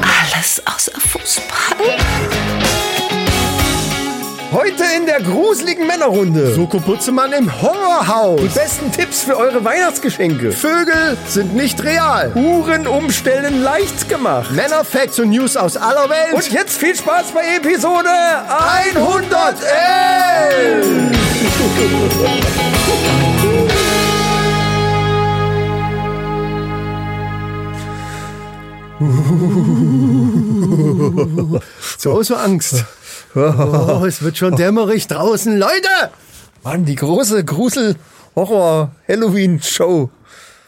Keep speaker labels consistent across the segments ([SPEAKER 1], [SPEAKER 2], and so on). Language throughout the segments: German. [SPEAKER 1] Alles außer Fußball.
[SPEAKER 2] Heute in der gruseligen Männerrunde.
[SPEAKER 3] Soko Putzemann im
[SPEAKER 2] Die
[SPEAKER 3] Horrorhaus.
[SPEAKER 2] besten Tipps für eure Weihnachtsgeschenke.
[SPEAKER 3] Vögel sind nicht real.
[SPEAKER 2] Huren umstellen leicht gemacht.
[SPEAKER 3] Männer, Facts und News aus aller Welt.
[SPEAKER 2] Und jetzt viel Spaß bei Episode
[SPEAKER 3] 111. So, so Angst. Oh, es wird schon dämmerig draußen. Leute!
[SPEAKER 2] Mann, die große Grusel-Horror-Halloween-Show.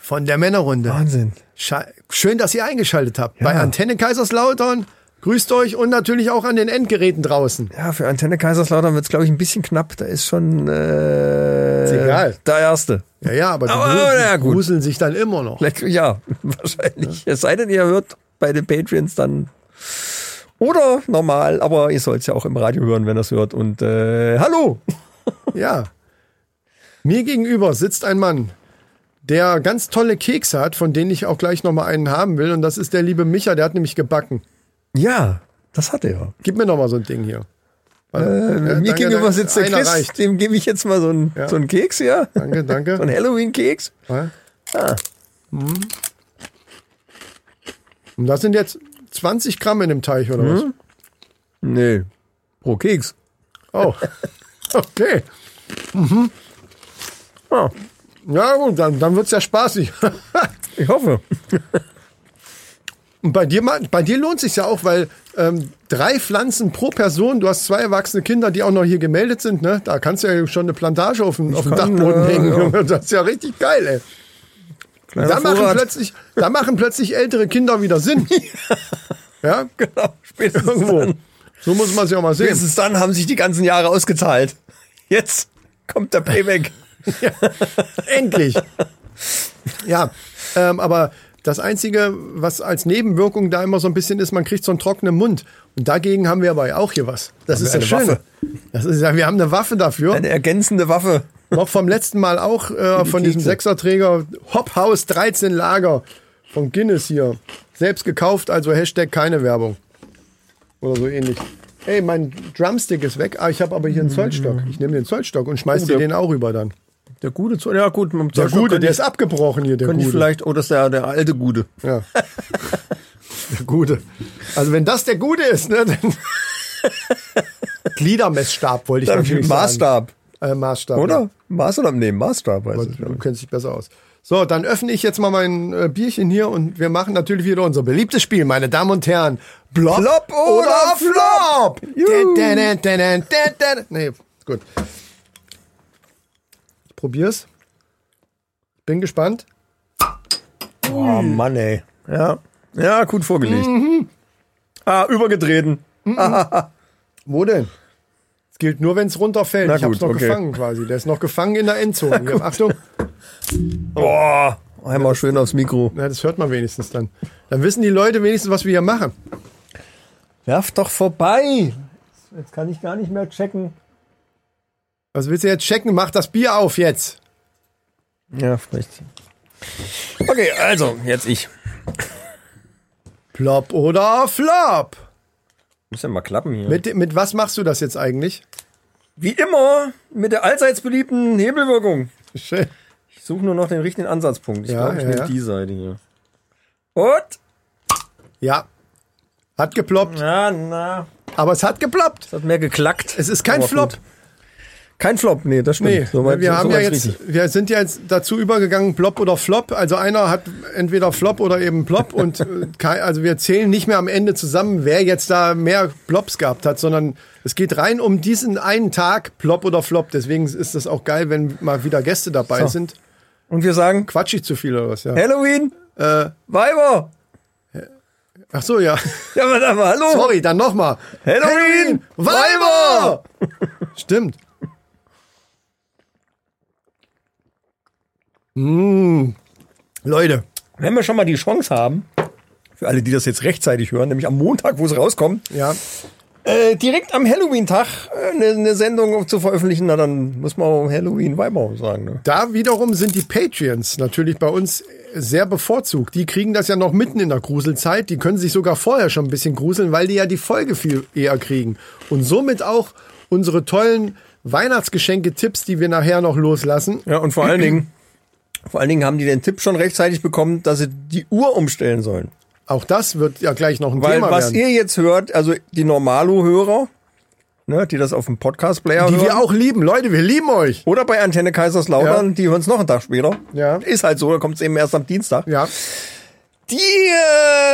[SPEAKER 3] Von der Männerrunde.
[SPEAKER 2] Wahnsinn.
[SPEAKER 3] Scha Schön, dass ihr eingeschaltet habt. Bei Antenne Kaiserslautern. Grüßt euch und natürlich auch an den Endgeräten draußen.
[SPEAKER 2] Ja, für Antenne Kaiserslautern wird es, glaube ich, ein bisschen knapp. Da ist schon äh,
[SPEAKER 3] Ist egal.
[SPEAKER 2] der Erste.
[SPEAKER 3] Ja, ja, aber die
[SPEAKER 2] Aber,
[SPEAKER 3] gruseln-
[SPEAKER 2] na ja, gut.
[SPEAKER 3] gruseln sich dann immer noch.
[SPEAKER 2] Vielleicht, ja, wahrscheinlich. Es sei denn, ihr hört bei den Patreons dann. Oder normal, aber ihr sollt es ja auch im Radio hören, wenn ihr es hört. Und äh, hallo!
[SPEAKER 3] Ja. Mir gegenüber sitzt ein Mann, der ganz tolle Kekse hat, von denen ich auch gleich nochmal einen haben will. Und das ist der liebe Micha, der hat nämlich gebacken.
[SPEAKER 2] Ja, das hat er.
[SPEAKER 3] Gib mir nochmal so ein Ding hier.
[SPEAKER 2] Äh,
[SPEAKER 3] danke,
[SPEAKER 2] mir gegenüber
[SPEAKER 3] danke.
[SPEAKER 2] sitzt der
[SPEAKER 3] Einer
[SPEAKER 2] Chris,
[SPEAKER 3] reicht.
[SPEAKER 2] dem gebe ich jetzt mal so einen,
[SPEAKER 3] Ja.
[SPEAKER 2] so einen Keks, ja?
[SPEAKER 3] Danke,
[SPEAKER 2] So einen
[SPEAKER 3] danke.
[SPEAKER 2] Halloween-Keks.
[SPEAKER 3] Ja. Ah. Mhm. Und das sind jetzt 20 Gramm in dem Teich, oder
[SPEAKER 2] Mhm.
[SPEAKER 3] was?
[SPEAKER 2] Nee, pro Keks.
[SPEAKER 3] Oh. Okay.
[SPEAKER 2] Ja,
[SPEAKER 3] Ja, gut, dann, dann wird's ja spaßig.
[SPEAKER 2] ich hoffe.
[SPEAKER 3] Und bei dir, ma- bei dir lohnt sich ja auch, weil ähm, drei Pflanzen pro Person, du hast zwei erwachsene Kinder, die auch noch hier gemeldet sind, ne? Da kannst du ja schon eine Plantage auf dem, auf dem
[SPEAKER 2] kann,
[SPEAKER 3] Dachboden
[SPEAKER 2] äh,
[SPEAKER 3] hängen.
[SPEAKER 2] ja.
[SPEAKER 3] Junge. Das ist ja richtig geil, ey.
[SPEAKER 2] Kleiner
[SPEAKER 3] Da machen,
[SPEAKER 2] Vorrat.
[SPEAKER 3] plötzlich, da machen plötzlich ältere Kinder wieder Sinn. ja,
[SPEAKER 2] Genau, spätestens
[SPEAKER 3] irgendwo.
[SPEAKER 2] Dann,
[SPEAKER 3] So muss man es ja auch mal sehen.
[SPEAKER 2] spätestens dann haben sich die ganzen Jahre ausgezahlt. Jetzt kommt der Payback.
[SPEAKER 3] Endlich. Ja, ähm, aber das Einzige, was als Nebenwirkung da immer so ein bisschen ist, man kriegt so einen trockenen Mund. Und dagegen haben wir aber auch hier was. Das
[SPEAKER 2] Haben
[SPEAKER 3] ist
[SPEAKER 2] wir
[SPEAKER 3] das
[SPEAKER 2] eine
[SPEAKER 3] Schöne.
[SPEAKER 2] Waffe?
[SPEAKER 3] Das ist ja, wir haben eine Waffe dafür.
[SPEAKER 2] Eine ergänzende Waffe.
[SPEAKER 3] Noch vom letzten Mal auch äh, von diesem
[SPEAKER 2] Kekse.
[SPEAKER 3] Sechserträger Hophaus 13 Lager von Guinness hier. Selbst gekauft, also Hashtag keine Werbung. Oder so ähnlich. Hey, mein Drumstick ist weg. Ah, ich habe aber hier
[SPEAKER 2] Mhm.
[SPEAKER 3] einen Zollstock. Ich nehme den Zollstock und schmeiß dir
[SPEAKER 2] der-
[SPEAKER 3] den auch rüber dann.
[SPEAKER 2] Der gute Zoll. Ja, gut. Mit dem
[SPEAKER 3] Der
[SPEAKER 2] Zollstock
[SPEAKER 3] Gute,
[SPEAKER 2] könnte
[SPEAKER 3] der
[SPEAKER 2] ich-
[SPEAKER 3] ist abgebrochen hier, der
[SPEAKER 2] könnte ich
[SPEAKER 3] Gute.
[SPEAKER 2] vielleicht. Oh, das ist der, der alte Gute.
[SPEAKER 3] Ja. Der Gute. Also wenn das der Gute ist, ne, dann... Gliedermessstab wollte ich natürlich
[SPEAKER 2] Maßstab,
[SPEAKER 3] sagen. Äh, Maßstab,
[SPEAKER 2] oder?
[SPEAKER 3] ja.
[SPEAKER 2] Maßstab nehmen, Maßstab weiß ich.
[SPEAKER 3] Du kennst dich besser aus. So, dann öffne ich jetzt mal mein äh, Bierchen hier und wir machen natürlich wieder unser beliebtes Spiel, meine Damen und Herren. Blob,
[SPEAKER 2] Flop oder
[SPEAKER 3] Flop?
[SPEAKER 2] Juhu.
[SPEAKER 3] Dä, dä, dä, dä, dä, dä. Nee, gut. Ich probier's. Bin gespannt.
[SPEAKER 2] Oh Mann, ey. Ja, ja gut vorgelegt. Ah, übergetreten.
[SPEAKER 3] Wo denn? Es gilt nur, wenn es runterfällt.
[SPEAKER 2] Na
[SPEAKER 3] ich hab's
[SPEAKER 2] gut,
[SPEAKER 3] noch
[SPEAKER 2] okay.
[SPEAKER 3] gefangen quasi. Der ist noch gefangen in der Endzone. Ja, Achtung.
[SPEAKER 2] Boah, einmal schön aufs Mikro.
[SPEAKER 3] Na, das hört man wenigstens dann. Dann wissen die Leute wenigstens, was wir hier machen.
[SPEAKER 2] Werf doch vorbei. Jetzt kann ich gar nicht mehr checken.
[SPEAKER 3] Was willst du jetzt checken? Mach das Bier auf jetzt.
[SPEAKER 2] Ja, vielleicht. Okay, also, jetzt ich.
[SPEAKER 3] Plop oder Flop?
[SPEAKER 2] Muss ja mal klappen hier.
[SPEAKER 3] Mit, mit was machst du das jetzt eigentlich?
[SPEAKER 2] wie immer, mit der allseits beliebten Hebelwirkung.
[SPEAKER 3] Schön.
[SPEAKER 2] Ich suche nur noch den richtigen Ansatzpunkt. Ich
[SPEAKER 3] Ja,
[SPEAKER 2] glaube, ich
[SPEAKER 3] ja,
[SPEAKER 2] nehme
[SPEAKER 3] ja.
[SPEAKER 2] die Seite hier. Und?
[SPEAKER 3] Ja. Hat geploppt,
[SPEAKER 2] Na, na.
[SPEAKER 3] aber es hat geploppt.
[SPEAKER 2] Es hat mehr geklackt.
[SPEAKER 3] Es ist kein
[SPEAKER 2] Aber
[SPEAKER 3] Flop.
[SPEAKER 2] gut. Kein Flop, nee, das stimmt.
[SPEAKER 3] Nee,
[SPEAKER 2] Soweit-
[SPEAKER 3] wir, haben ja
[SPEAKER 2] soweit
[SPEAKER 3] jetzt,
[SPEAKER 2] richtig.
[SPEAKER 3] wir sind ja jetzt dazu übergegangen, Plop oder Flop. Also einer hat entweder Flop oder eben Plop und äh, kei- also wir zählen nicht mehr am Ende zusammen, wer jetzt da mehr Plops gehabt hat, sondern es geht rein um diesen einen Tag Plop oder Flop. Deswegen ist das auch geil, wenn mal wieder Gäste dabei
[SPEAKER 2] So.
[SPEAKER 3] sind.
[SPEAKER 2] Und wir sagen,
[SPEAKER 3] Quatsch ich zu viel oder was? Ja.
[SPEAKER 2] Halloween,
[SPEAKER 3] Äh.
[SPEAKER 2] Weiber.
[SPEAKER 3] Ach so, ja.
[SPEAKER 2] Ja, aber dann mal, hallo.
[SPEAKER 3] Sorry, dann nochmal.
[SPEAKER 2] Halloween,
[SPEAKER 3] Weiber! Stimmt. Mm. Leute, Mmh.
[SPEAKER 2] Wenn wir schon mal die Chance haben, Für alle, die das jetzt rechtzeitig hören, nämlich am Montag, wo es rauskommt.
[SPEAKER 3] Ja.
[SPEAKER 2] Äh, direkt am Halloween-Tag äh, eine eine Sendung zu veröffentlichen, na dann muss man auch Halloween Weiber sagen. Ne?
[SPEAKER 3] Da wiederum sind die Patreons natürlich bei uns sehr bevorzugt. Die kriegen das ja noch mitten in der Gruselzeit. Die können sich sogar vorher schon ein bisschen gruseln, weil die ja die Folge viel eher kriegen. Und somit auch unsere tollen Weihnachtsgeschenke-Tipps, die wir nachher noch loslassen.
[SPEAKER 2] Ja, und vor allen Dingen, vor allen Dingen haben die den Tipp schon rechtzeitig bekommen, dass sie die Uhr umstellen sollen.
[SPEAKER 3] Auch das wird ja gleich noch ein
[SPEAKER 2] Weil
[SPEAKER 3] Thema
[SPEAKER 2] was
[SPEAKER 3] werden.
[SPEAKER 2] ihr jetzt hört, also die Normalo-Hörer, ne, die das auf dem Podcast-Player
[SPEAKER 3] Die
[SPEAKER 2] hören,
[SPEAKER 3] wir auch lieben. Leute, wir lieben euch.
[SPEAKER 2] oder bei Antenne Kaiserslautern, die hören es noch einen Tag später.
[SPEAKER 3] Ja.
[SPEAKER 2] Ist halt so, da kommt es eben erst am Dienstag.
[SPEAKER 3] Ja,
[SPEAKER 2] Die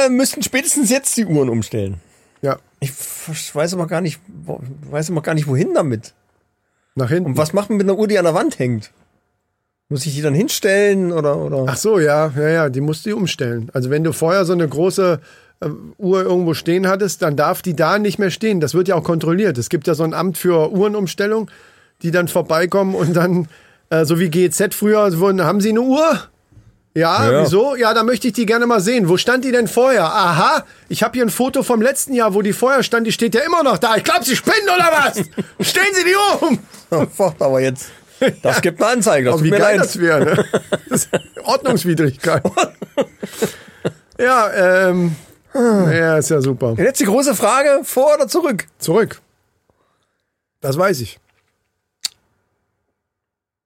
[SPEAKER 2] äh, müssten spätestens jetzt die Uhren umstellen.
[SPEAKER 3] ja.
[SPEAKER 2] Ich f- weiß aber gar nicht, wo- weiß aber gar nicht, wohin damit.
[SPEAKER 3] Nach hinten.
[SPEAKER 2] Und was macht man mit einer Uhr, die an der Wand hängt? Muss ich die dann hinstellen oder oder?
[SPEAKER 3] Ach so, ja, ja, ja, die musst du umstellen. Also wenn du vorher so eine große äh, Uhr irgendwo stehen hattest, dann darf die da nicht mehr stehen. Das wird ja auch kontrolliert. Es gibt ja so ein Amt für Uhrenumstellung, die dann vorbeikommen und dann, äh, so wie GEZ früher, wurden, haben sie eine Uhr? Ja,
[SPEAKER 2] Ja, ja.
[SPEAKER 3] wieso? Ja, da möchte ich die gerne mal sehen. Wo stand die denn vorher? Aha, ich habe hier ein Foto vom letzten Jahr, wo die vorher stand, die steht ja immer noch da. Ich glaube, sie spinnen oder was? Stellen Sie die um!
[SPEAKER 2] Fuck, aber jetzt. Das gibt eine Anzeige. Das
[SPEAKER 3] Oh,
[SPEAKER 2] tut
[SPEAKER 3] wie
[SPEAKER 2] mir
[SPEAKER 3] geil
[SPEAKER 2] leid.
[SPEAKER 3] das wäre, ne? Das ist Ordnungswidrigkeit. ja, ähm. Ja, ist ja super.
[SPEAKER 2] Jetzt die große Frage, vor oder zurück?
[SPEAKER 3] Zurück. Das weiß ich.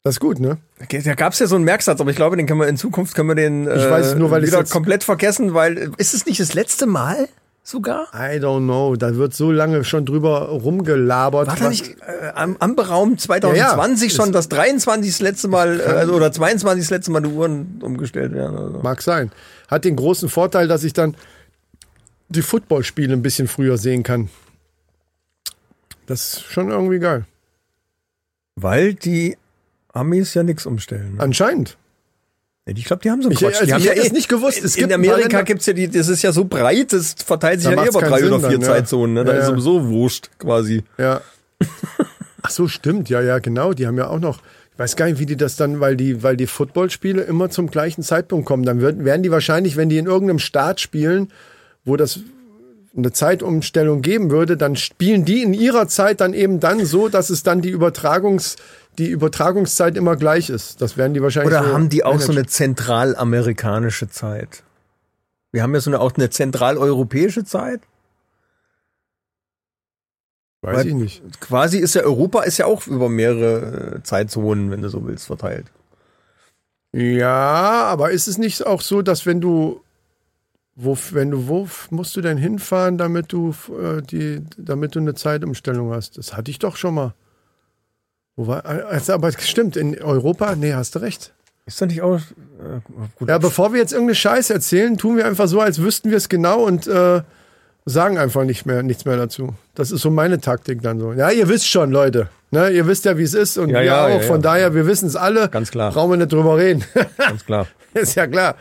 [SPEAKER 3] Das ist gut, ne?
[SPEAKER 2] Okay, Da gab es ja so einen Merksatz, aber ich glaube, den können wir in Zukunft können wir den ich
[SPEAKER 3] weiß es nur, weil ich's
[SPEAKER 2] wieder
[SPEAKER 3] jetzt-
[SPEAKER 2] komplett vergessen, weil äh, ist es nicht das letzte Mal sogar?
[SPEAKER 3] I don't know. Da wird so lange schon drüber rumgelabert.
[SPEAKER 2] War da
[SPEAKER 3] was-
[SPEAKER 2] nicht äh, am, am Beraum 2020
[SPEAKER 3] Ja, ja.
[SPEAKER 2] schon das 23. letzte Mal äh, also, oder 22. letzte Mal die Uhren umgestellt werden? Also.
[SPEAKER 3] Mag sein. Hat den großen Vorteil, dass ich dann die Footballspiele ein bisschen früher sehen kann. Das ist schon irgendwie geil.
[SPEAKER 2] Weil die Amis ja nichts umstellen. Ne?
[SPEAKER 3] Anscheinend.
[SPEAKER 2] Ich glaube, die haben so einen
[SPEAKER 3] Ich-
[SPEAKER 2] Quatsch.
[SPEAKER 3] also
[SPEAKER 2] die
[SPEAKER 3] ich
[SPEAKER 2] haben
[SPEAKER 3] hätte es nicht gewusst.
[SPEAKER 2] In,
[SPEAKER 3] Es gibt
[SPEAKER 2] in
[SPEAKER 3] ein paar
[SPEAKER 2] Amerika
[SPEAKER 3] Länder-
[SPEAKER 2] gibt's ja die, das ist ja so breit, das verteilt sich
[SPEAKER 3] Da
[SPEAKER 2] ja eh
[SPEAKER 3] macht's
[SPEAKER 2] über
[SPEAKER 3] keinen
[SPEAKER 2] drei
[SPEAKER 3] Sinn
[SPEAKER 2] oder vier
[SPEAKER 3] dann, ja.
[SPEAKER 2] Zeitzonen. Ne? Da
[SPEAKER 3] Ja,
[SPEAKER 2] ist
[SPEAKER 3] ja.
[SPEAKER 2] sowieso wurscht quasi.
[SPEAKER 3] Ja. Ach so, stimmt. Ja, ja, genau. Die haben ja auch noch. Ich weiß gar nicht, wie die das dann, weil die, weil die Footballspiele immer zum gleichen Zeitpunkt kommen. Dann wird, werden die wahrscheinlich, wenn die in irgendeinem Staat spielen, wo das eine Zeitumstellung geben würde, dann spielen die in ihrer Zeit dann eben dann so, dass es dann die Übertragungs, die Übertragungszeit immer gleich ist. Das werden die wahrscheinlich.
[SPEAKER 2] Oder
[SPEAKER 3] so
[SPEAKER 2] haben die auch so
[SPEAKER 3] managen.
[SPEAKER 2] eine zentralamerikanische Zeit? Wir haben ja so eine, auch eine zentraleuropäische Zeit.
[SPEAKER 3] Weiß ich nicht.
[SPEAKER 2] Quasi ist ja Europa ist ja auch über mehrere äh, Zeitzonen, wenn du so willst, verteilt.
[SPEAKER 3] Ja, aber ist es nicht auch so, dass wenn du wo, wenn du wo f- musst du denn hinfahren, damit du f- äh, die, damit du eine Zeitumstellung hast? Das hatte ich doch schon mal. Wo war, also, aber stimmt, in Europa, nee, hast du recht.
[SPEAKER 2] Ist das nicht auch äh, gut?
[SPEAKER 3] Ja, bevor wir jetzt irgendeine Scheiße erzählen, tun wir einfach so, als wüssten wir es genau und äh, sagen einfach nicht mehr, nichts mehr dazu. Das ist so meine Taktik dann so. Ja, ihr wisst schon, Leute. Ne, ihr wisst ja, wie es ist und
[SPEAKER 2] Ja,
[SPEAKER 3] wir
[SPEAKER 2] ja,
[SPEAKER 3] auch.
[SPEAKER 2] ja,
[SPEAKER 3] Von
[SPEAKER 2] ja.
[SPEAKER 3] daher, wir wissen es alle.
[SPEAKER 2] Ganz klar.
[SPEAKER 3] Brauchen wir nicht drüber reden.
[SPEAKER 2] ganz klar.
[SPEAKER 3] Ist ja klar.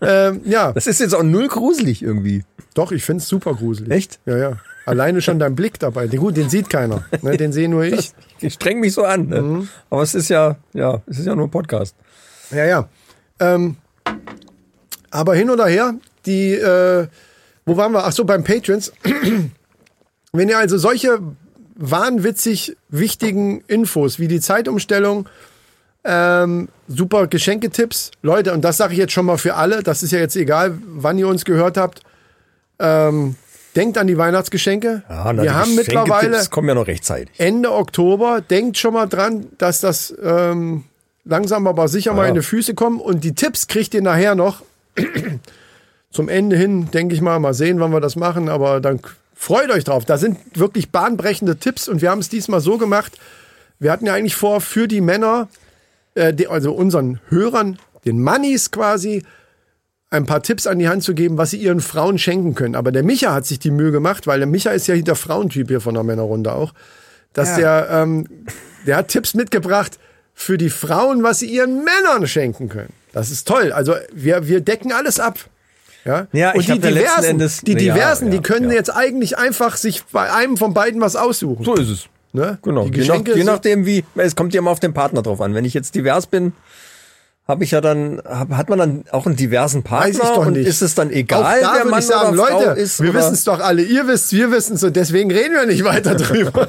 [SPEAKER 3] ähm, ja,
[SPEAKER 2] Das ist jetzt auch null gruselig irgendwie.
[SPEAKER 3] doch, ich finde es super gruselig.
[SPEAKER 2] Echt?
[SPEAKER 3] Ja, ja. Alleine schon dein Blick dabei. Den, gut, den sieht keiner. Ne, den sehe nur ich.
[SPEAKER 2] Ich streng mich so an. Ne?
[SPEAKER 3] Mhm.
[SPEAKER 2] Aber es ist ja, ja, es ist ja nur ein Podcast.
[SPEAKER 3] Ja, ja. Ähm, aber hin oder her, die, äh, wo waren wir? Ach so, beim Patrons. Wenn ihr also solche wahnwitzig wichtigen Infos wie die Zeitumstellung, ähm, super Geschenketipps, Leute, und das sage ich jetzt schon mal für alle, das ist ja jetzt egal, wann ihr uns gehört habt, ähm, denkt an die Weihnachtsgeschenke. wir haben mittlerweile
[SPEAKER 2] Das kommen ja noch rechtzeitig.
[SPEAKER 3] Ende Oktober. Denkt schon mal dran, dass das ähm, langsam aber sicher mal
[SPEAKER 2] Ja.
[SPEAKER 3] in die Füße kommt. Und die Tipps kriegt ihr nachher noch. Zum Ende hin, denke ich mal, mal sehen, wann wir das machen. Aber dann k- freut euch drauf. Da sind wirklich bahnbrechende Tipps. Und wir haben es diesmal so gemacht. Wir hatten ja eigentlich vor, für die Männer, äh, die, also unseren Hörern, den Mannis quasi, ein paar Tipps an die Hand zu geben, was sie ihren Frauen schenken können. Aber der Micha hat sich die Mühe gemacht, weil der Micha ist ja der Frauentyp hier von der Männerrunde auch, dass der, ähm, der hat Tipps mitgebracht für die Frauen, was sie ihren Männern schenken können. Das ist toll. Also wir, wir decken alles ab. Ja,
[SPEAKER 2] Ja,
[SPEAKER 3] und
[SPEAKER 2] ich
[SPEAKER 3] die
[SPEAKER 2] hab ja letzten
[SPEAKER 3] diversen,
[SPEAKER 2] Endes-
[SPEAKER 3] die
[SPEAKER 2] Ja,
[SPEAKER 3] diversen, die
[SPEAKER 2] ja,
[SPEAKER 3] können
[SPEAKER 2] ja.
[SPEAKER 3] jetzt eigentlich einfach sich bei einem von beiden was aussuchen.
[SPEAKER 2] So ist es.
[SPEAKER 3] ne?
[SPEAKER 2] Genau.
[SPEAKER 3] Die
[SPEAKER 2] Je, nach,
[SPEAKER 3] Geschenke
[SPEAKER 2] je
[SPEAKER 3] sind-
[SPEAKER 2] nachdem, wie. Es kommt ja immer auf den Partner drauf an. Wenn ich jetzt divers bin, habe ich ja dann, hab, hat man dann auch einen diversen Partner
[SPEAKER 3] Weiß ich doch
[SPEAKER 2] und
[SPEAKER 3] nicht.
[SPEAKER 2] ist es dann egal,
[SPEAKER 3] Auch da
[SPEAKER 2] wer
[SPEAKER 3] würde
[SPEAKER 2] Mann
[SPEAKER 3] ich sagen,
[SPEAKER 2] oder Frau
[SPEAKER 3] Leute,
[SPEAKER 2] ist?
[SPEAKER 3] wir
[SPEAKER 2] oder?
[SPEAKER 3] wissen es doch alle. Ihr wisst, wir wissen es und deswegen reden wir nicht weiter drüber.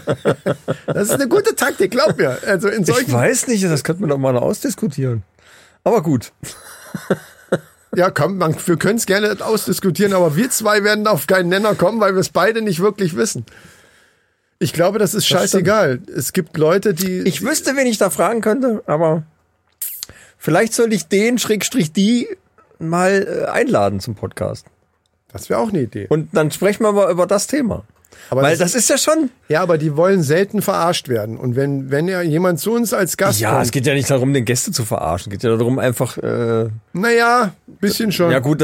[SPEAKER 3] das ist eine gute Taktik, glaubt mir. Also in
[SPEAKER 2] Ich
[SPEAKER 3] solchen,
[SPEAKER 2] weiß nicht, das könnte man doch mal noch ausdiskutieren. Aber gut.
[SPEAKER 3] ja komm, man, wir können es gerne ausdiskutieren, aber wir zwei werden auf keinen Nenner kommen, weil wir es beide nicht wirklich wissen. Ich glaube, das ist scheißegal. es gibt Leute, die
[SPEAKER 2] Ich wüsste, wen ich da fragen könnte, aber vielleicht sollte ich den Schrägstrich die mal äh, einladen zum Podcast.
[SPEAKER 3] das wäre auch eine Idee.
[SPEAKER 2] Und dann sprechen wir mal über das Thema.
[SPEAKER 3] Aber
[SPEAKER 2] Weil
[SPEAKER 3] das-
[SPEAKER 2] das, ist ja schon.
[SPEAKER 3] Ja, aber die wollen selten verarscht werden. Und wenn, wenn ja jemand zu uns als Gast
[SPEAKER 2] Ja, es
[SPEAKER 3] kommt,
[SPEAKER 2] geht ja nicht darum, den Gäste zu verarschen. Es geht ja darum, einfach. Äh,
[SPEAKER 3] naja, bisschen schon.
[SPEAKER 2] ja, gut.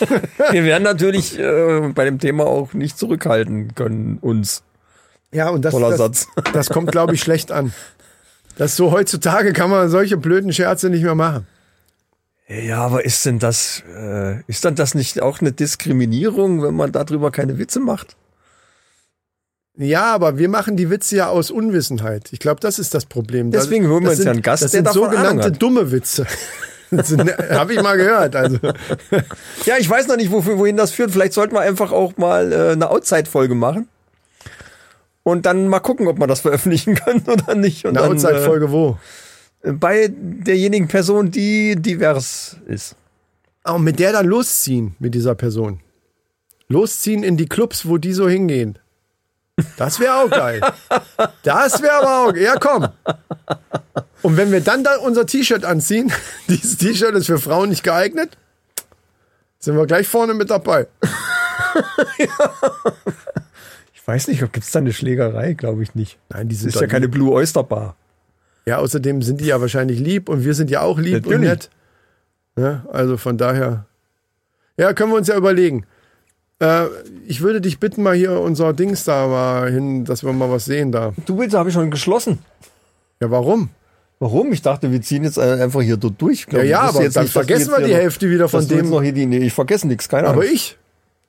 [SPEAKER 2] wir werden natürlich äh, bei dem Thema auch nicht zurückhalten können, uns.
[SPEAKER 3] Ja, und das,
[SPEAKER 2] Toller
[SPEAKER 3] das,
[SPEAKER 2] Satz.
[SPEAKER 3] das kommt, glaube ich, schlecht an. Das so heutzutage kann man solche blöden Scherze nicht mehr machen.
[SPEAKER 2] Ja, aber ist denn das, äh, ist dann das nicht auch eine Diskriminierung, wenn man darüber keine Witze macht?
[SPEAKER 3] Ja, aber wir machen die Witze ja aus Unwissenheit. Ich glaube, das ist das Problem. Das-
[SPEAKER 2] Deswegen holen wir
[SPEAKER 3] das
[SPEAKER 2] uns
[SPEAKER 3] sind-
[SPEAKER 2] ja einen Gast,
[SPEAKER 3] das
[SPEAKER 2] der
[SPEAKER 3] sind
[SPEAKER 2] davon Ahnung
[SPEAKER 3] sogenannte
[SPEAKER 2] hat.
[SPEAKER 3] dumme Witze. Habe ich mal gehört. Also
[SPEAKER 2] Ja, ich weiß noch nicht, wofür, wohin das führt. Vielleicht sollten wir einfach auch mal äh, eine Outside-Folge machen. Und dann mal gucken, ob man das veröffentlichen kann oder nicht. Und
[SPEAKER 3] eine
[SPEAKER 2] dann,
[SPEAKER 3] Outside-Folge wo?
[SPEAKER 2] Äh, bei derjenigen Person, die divers ist.
[SPEAKER 3] Ah, und mit der dann losziehen, mit dieser Person. Losziehen in die Clubs, wo die so hingehen. Das wäre auch geil. Das wäre aber auch. Ja, komm. Und wenn wir dann da unser T-Shirt anziehen, dieses T-Shirt ist für Frauen nicht geeignet, sind wir gleich vorne mit dabei.
[SPEAKER 2] Ich weiß nicht, ob gibt's da eine Schlägerei? Glaube ich nicht.
[SPEAKER 3] Nein, die sind
[SPEAKER 2] Ist
[SPEAKER 3] doch
[SPEAKER 2] ja keine Blue Oyster Bar.
[SPEAKER 3] Ja, außerdem sind die ja wahrscheinlich lieb und wir sind ja auch lieb und
[SPEAKER 2] Natürlich.
[SPEAKER 3] nett. Ne? Also von daher. Ja, können wir uns ja überlegen. Äh, ich würde dich bitten, mal hier unser Dings da mal hin, dass wir mal was sehen da.
[SPEAKER 2] Du willst, habe ich schon geschlossen.
[SPEAKER 3] Ja, warum?
[SPEAKER 2] Warum? Ich dachte, wir ziehen jetzt äh, einfach hier dort durch. Ich glaub,
[SPEAKER 3] Ja, ja,
[SPEAKER 2] ich wusste
[SPEAKER 3] aber
[SPEAKER 2] dass
[SPEAKER 3] dann
[SPEAKER 2] du
[SPEAKER 3] vergessen wir
[SPEAKER 2] hier
[SPEAKER 3] die
[SPEAKER 2] noch-
[SPEAKER 3] Hälfte wieder
[SPEAKER 2] dass
[SPEAKER 3] von
[SPEAKER 2] du
[SPEAKER 3] dem-
[SPEAKER 2] jetzt Noch hier die, nee, ich vergesse nichts, keine Ahnung.
[SPEAKER 3] Aber ich?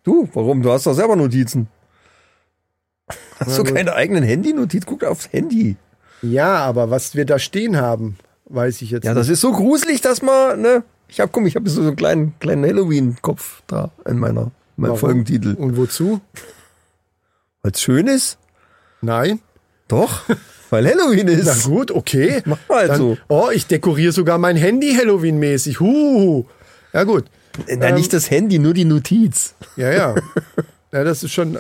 [SPEAKER 2] Du, warum? Du hast doch selber Notizen. Hast du keine eigenen Handy-Notiz? Guck aufs Handy.
[SPEAKER 3] Ja, aber was wir da stehen haben, weiß ich jetzt
[SPEAKER 2] Ja,
[SPEAKER 3] nicht.
[SPEAKER 2] das ist so gruselig, dass man, ne? Ich hab, guck, ich habe so einen kleinen, kleinen Halloween-Kopf da in meiner, in meinem
[SPEAKER 3] Warum?
[SPEAKER 2] Folgentitel.
[SPEAKER 3] Und wozu?
[SPEAKER 2] Weil's schön ist?
[SPEAKER 3] Nein.
[SPEAKER 2] Doch, weil Halloween
[SPEAKER 3] Na
[SPEAKER 2] ist.
[SPEAKER 3] gut, okay.
[SPEAKER 2] Mach mal
[SPEAKER 3] Dann,
[SPEAKER 2] so.
[SPEAKER 3] Oh, ich dekoriere sogar mein Handy Halloween-mäßig. Huh. Ja, gut.
[SPEAKER 2] Äh, Na, nicht das Handy, nur die Notiz.
[SPEAKER 3] Ja, ja. Ja, das ist schon, äh,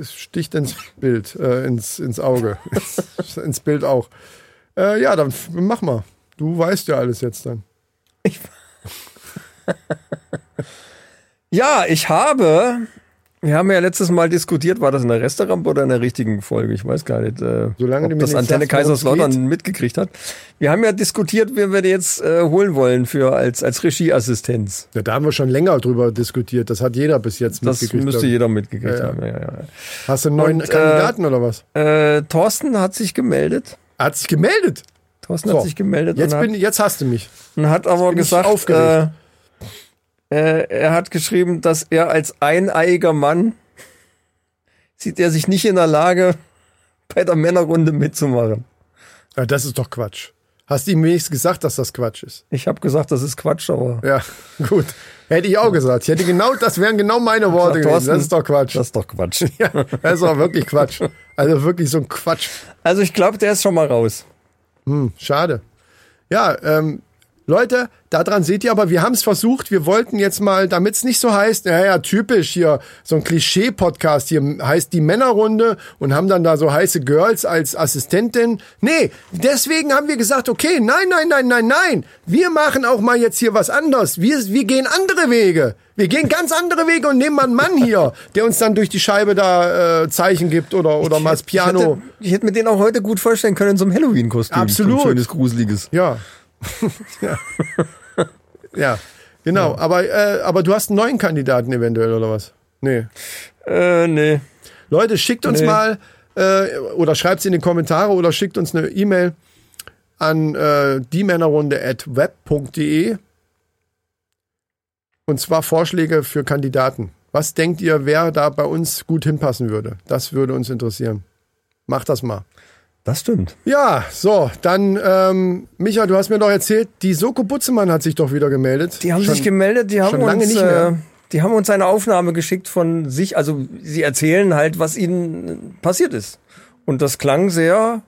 [SPEAKER 3] es sticht ins Bild, äh, ins, ins Auge, ins Bild auch. Äh, ja, dann f- mach mal. Du weißt ja alles jetzt dann.
[SPEAKER 2] Ja, ich habe. Wir haben ja letztes Mal diskutiert, war das in der Restaurant oder in der richtigen Folge? Ich weiß gar nicht, äh,
[SPEAKER 3] Solange
[SPEAKER 2] ob
[SPEAKER 3] du mir
[SPEAKER 2] das
[SPEAKER 3] nicht
[SPEAKER 2] Antenne
[SPEAKER 3] sagst, worum es geht.
[SPEAKER 2] Kaiserslautern mitgekriegt hat. Wir haben ja diskutiert, wen wir jetzt äh, holen wollen für als, als Regieassistenz.
[SPEAKER 3] Ja, da haben wir schon länger drüber diskutiert. Das hat jeder bis jetzt
[SPEAKER 2] Das
[SPEAKER 3] mitgekriegt.
[SPEAKER 2] müsste jeder mitgekriegt
[SPEAKER 3] Ja, ja.
[SPEAKER 2] haben. Ja, ja,
[SPEAKER 3] Hast du einen neuen
[SPEAKER 2] Und, äh,
[SPEAKER 3] Kandidaten oder was?
[SPEAKER 2] ja. Äh, Thorsten hat sich gemeldet.
[SPEAKER 3] Er hat sich gemeldet.
[SPEAKER 2] Thorsten
[SPEAKER 3] So,
[SPEAKER 2] hat sich gemeldet
[SPEAKER 3] Jetzt,
[SPEAKER 2] und,
[SPEAKER 3] bin, jetzt hast du mich.
[SPEAKER 2] hat, und hat aber
[SPEAKER 3] bin ich
[SPEAKER 2] gesagt, äh,
[SPEAKER 3] aufgeregt.
[SPEAKER 2] äh, er hat geschrieben, dass er als eineiiger Mann sieht er sich nicht in der Lage, bei der Männerrunde mitzumachen.
[SPEAKER 3] Ja, das ist doch Quatsch. Hast du ihm wenigstens gesagt, dass das Quatsch ist?
[SPEAKER 2] Ich habe gesagt, das ist Quatsch, aber
[SPEAKER 3] Ja, gut. Hätte ich auch gesagt. Ich hätte genau, das wären genau meine Worte gewesen.
[SPEAKER 2] Thorsten,
[SPEAKER 3] Das ist doch Quatsch.
[SPEAKER 2] das ist doch Quatsch.
[SPEAKER 3] Das ist doch wirklich Quatsch. Also wirklich so ein Quatsch.
[SPEAKER 2] Also ich glaube, der ist schon mal raus.
[SPEAKER 3] Schade. Ja, ähm, Leute, daran seht ihr aber, wir haben es versucht. Wir wollten jetzt mal, damit es nicht so heißt, naja, typisch hier, so ein Klischee-Podcast hier heißt die Männerrunde und haben dann da so heiße Girls als Assistentin. Nee, deswegen haben wir gesagt, okay, nein, nein, nein, nein, nein. Wir machen auch mal jetzt hier was anderes. Wir, wir gehen andere Wege. Wir gehen ganz andere Wege und nehmen mal einen Mann hier, der uns dann durch die Scheibe da äh, Zeichen gibt oder, oder mal das Piano.
[SPEAKER 2] Ich hätte, ich hätte mir den auch heute gut vorstellen können in so einem Halloween-Kostüm.
[SPEAKER 3] Absolut.
[SPEAKER 2] So ein schönes, gruseliges.
[SPEAKER 3] Ja. ja. ja, genau. Aber, äh, aber du hast einen neuen Kandidaten eventuell, oder was? Nee.
[SPEAKER 2] Äh, nee.
[SPEAKER 3] Leute, schickt uns
[SPEAKER 2] Nee.
[SPEAKER 3] mal äh, oder schreibt es in die Kommentare oder schickt uns eine E-Mail an äh, diemännerrunde.web.de und zwar Vorschläge für Kandidaten. Was denkt ihr, wer da bei uns gut hinpassen würde? Das würde uns interessieren. Macht das mal.
[SPEAKER 2] Das stimmt.
[SPEAKER 3] Ja, so, dann, ähm, Micha, du hast mir doch erzählt, die Soko Butzemann hat sich doch wieder gemeldet.
[SPEAKER 2] Die haben
[SPEAKER 3] Schon-
[SPEAKER 2] sich gemeldet, die haben
[SPEAKER 3] schon
[SPEAKER 2] uns,
[SPEAKER 3] lange nicht mehr.
[SPEAKER 2] Äh, die haben uns eine Aufnahme geschickt von sich. Also sie erzählen halt, was ihnen passiert ist. Und das klang sehr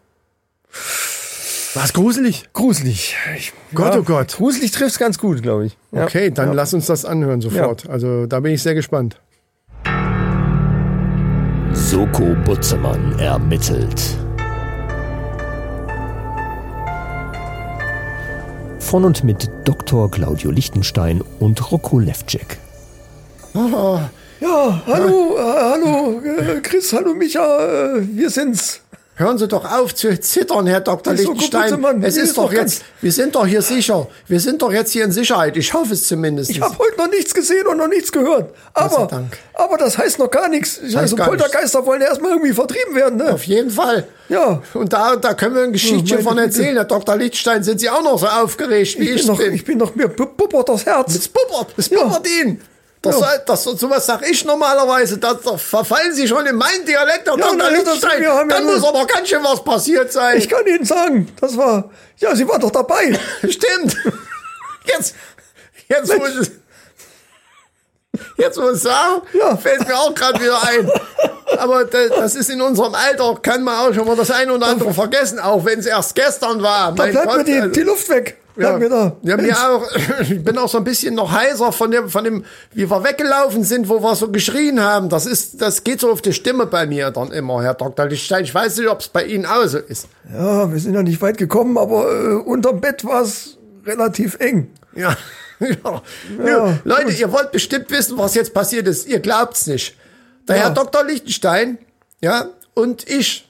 [SPEAKER 3] War's gruselig?
[SPEAKER 2] gruselig. Ich,
[SPEAKER 3] Gott, oh Gott.
[SPEAKER 2] Gruselig trifft's ganz gut, glaube ich. Ja.
[SPEAKER 3] Okay, dann lass uns das anhören sofort. Also, da bin ich sehr gespannt.
[SPEAKER 4] Soko Butzemann ermittelt. Von und mit Dr. Claudio Lichtenstein und Rocco Levcek.
[SPEAKER 2] Ja, hallo, äh, hallo, äh, Chris, hallo Micha, äh, wir sind's.
[SPEAKER 3] Hören Sie doch auf zu zittern, Herr Dr.
[SPEAKER 2] Ist doch gut,
[SPEAKER 3] Lichtenstein.
[SPEAKER 2] Mann. Mir
[SPEAKER 3] es ist,
[SPEAKER 2] ist
[SPEAKER 3] doch
[SPEAKER 2] doch ganz-
[SPEAKER 3] jetzt, wir sind doch hier sicher. Wir sind doch jetzt hier in Sicherheit. Ich hoffe es zumindest.
[SPEAKER 2] Ich habe heute noch nichts gesehen und noch nichts gehört.
[SPEAKER 3] sei
[SPEAKER 2] Aber,
[SPEAKER 3] Dank.
[SPEAKER 2] aber das heißt noch gar nichts. Also
[SPEAKER 3] gar nichts.
[SPEAKER 2] Poltergeister wollen erstmal irgendwie vertrieben werden, ne?
[SPEAKER 3] Auf jeden Fall.
[SPEAKER 2] Ja.
[SPEAKER 3] Und da, da können wir ein Geschichtchen
[SPEAKER 2] meine
[SPEAKER 3] von
[SPEAKER 2] Güte.
[SPEAKER 3] erzählen. Herr Dr. Lichtstein, sind Sie auch noch so aufgeregt wie
[SPEAKER 2] Ich bin, noch, ich bin noch mir bubbert das Herz.
[SPEAKER 3] Es puppert, es puppert ihn. Das,
[SPEAKER 2] Ja.
[SPEAKER 3] soll- das, sowas sag ich normalerweise. Da da verfallen Sie schon in meinen Dialekt, Herr
[SPEAKER 2] Ja,
[SPEAKER 3] Dr.
[SPEAKER 2] na, das-
[SPEAKER 3] Lichtstein.
[SPEAKER 2] wir haben ja
[SPEAKER 3] Dann
[SPEAKER 2] nur-
[SPEAKER 3] muss aber ganz schön was passiert sein.
[SPEAKER 2] Ich kann Ihnen sagen, das war. Ja, Sie waren doch dabei.
[SPEAKER 3] Stimmt. Jetzt, jetzt wo es, jetzt wo es sah,
[SPEAKER 2] Ja.
[SPEAKER 3] fällt mir auch gerade wieder ein. Aber das, das ist in unserem Alter, kann man auch schon mal das eine oder andere vergessen, auch wenn es erst gestern war.
[SPEAKER 2] Da
[SPEAKER 3] Mein
[SPEAKER 2] bleibt mir
[SPEAKER 3] Gott,
[SPEAKER 2] die,
[SPEAKER 3] also-
[SPEAKER 2] die Luft weg.
[SPEAKER 3] ja,
[SPEAKER 2] Bleibt mir da.
[SPEAKER 3] ja,
[SPEAKER 2] Mensch.
[SPEAKER 3] mir auch, ich bin auch so ein bisschen noch heiser von dem, von dem, wie wir weggelaufen sind, wo wir so geschrien haben. Das ist, das geht so auf die Stimme bei mir dann immer, Herr Dr. Lichtstein. Ich weiß nicht, ob es bei Ihnen auch so ist.
[SPEAKER 2] ja, wir sind ja nicht weit gekommen, aber äh, unterm Bett war es relativ eng.
[SPEAKER 3] Ja. ja. ja. Leute, ihr wollt bestimmt wissen, was jetzt passiert ist. Ihr glaubt's nicht. Der Herr Dr. Lichtenstein, ja, und ich,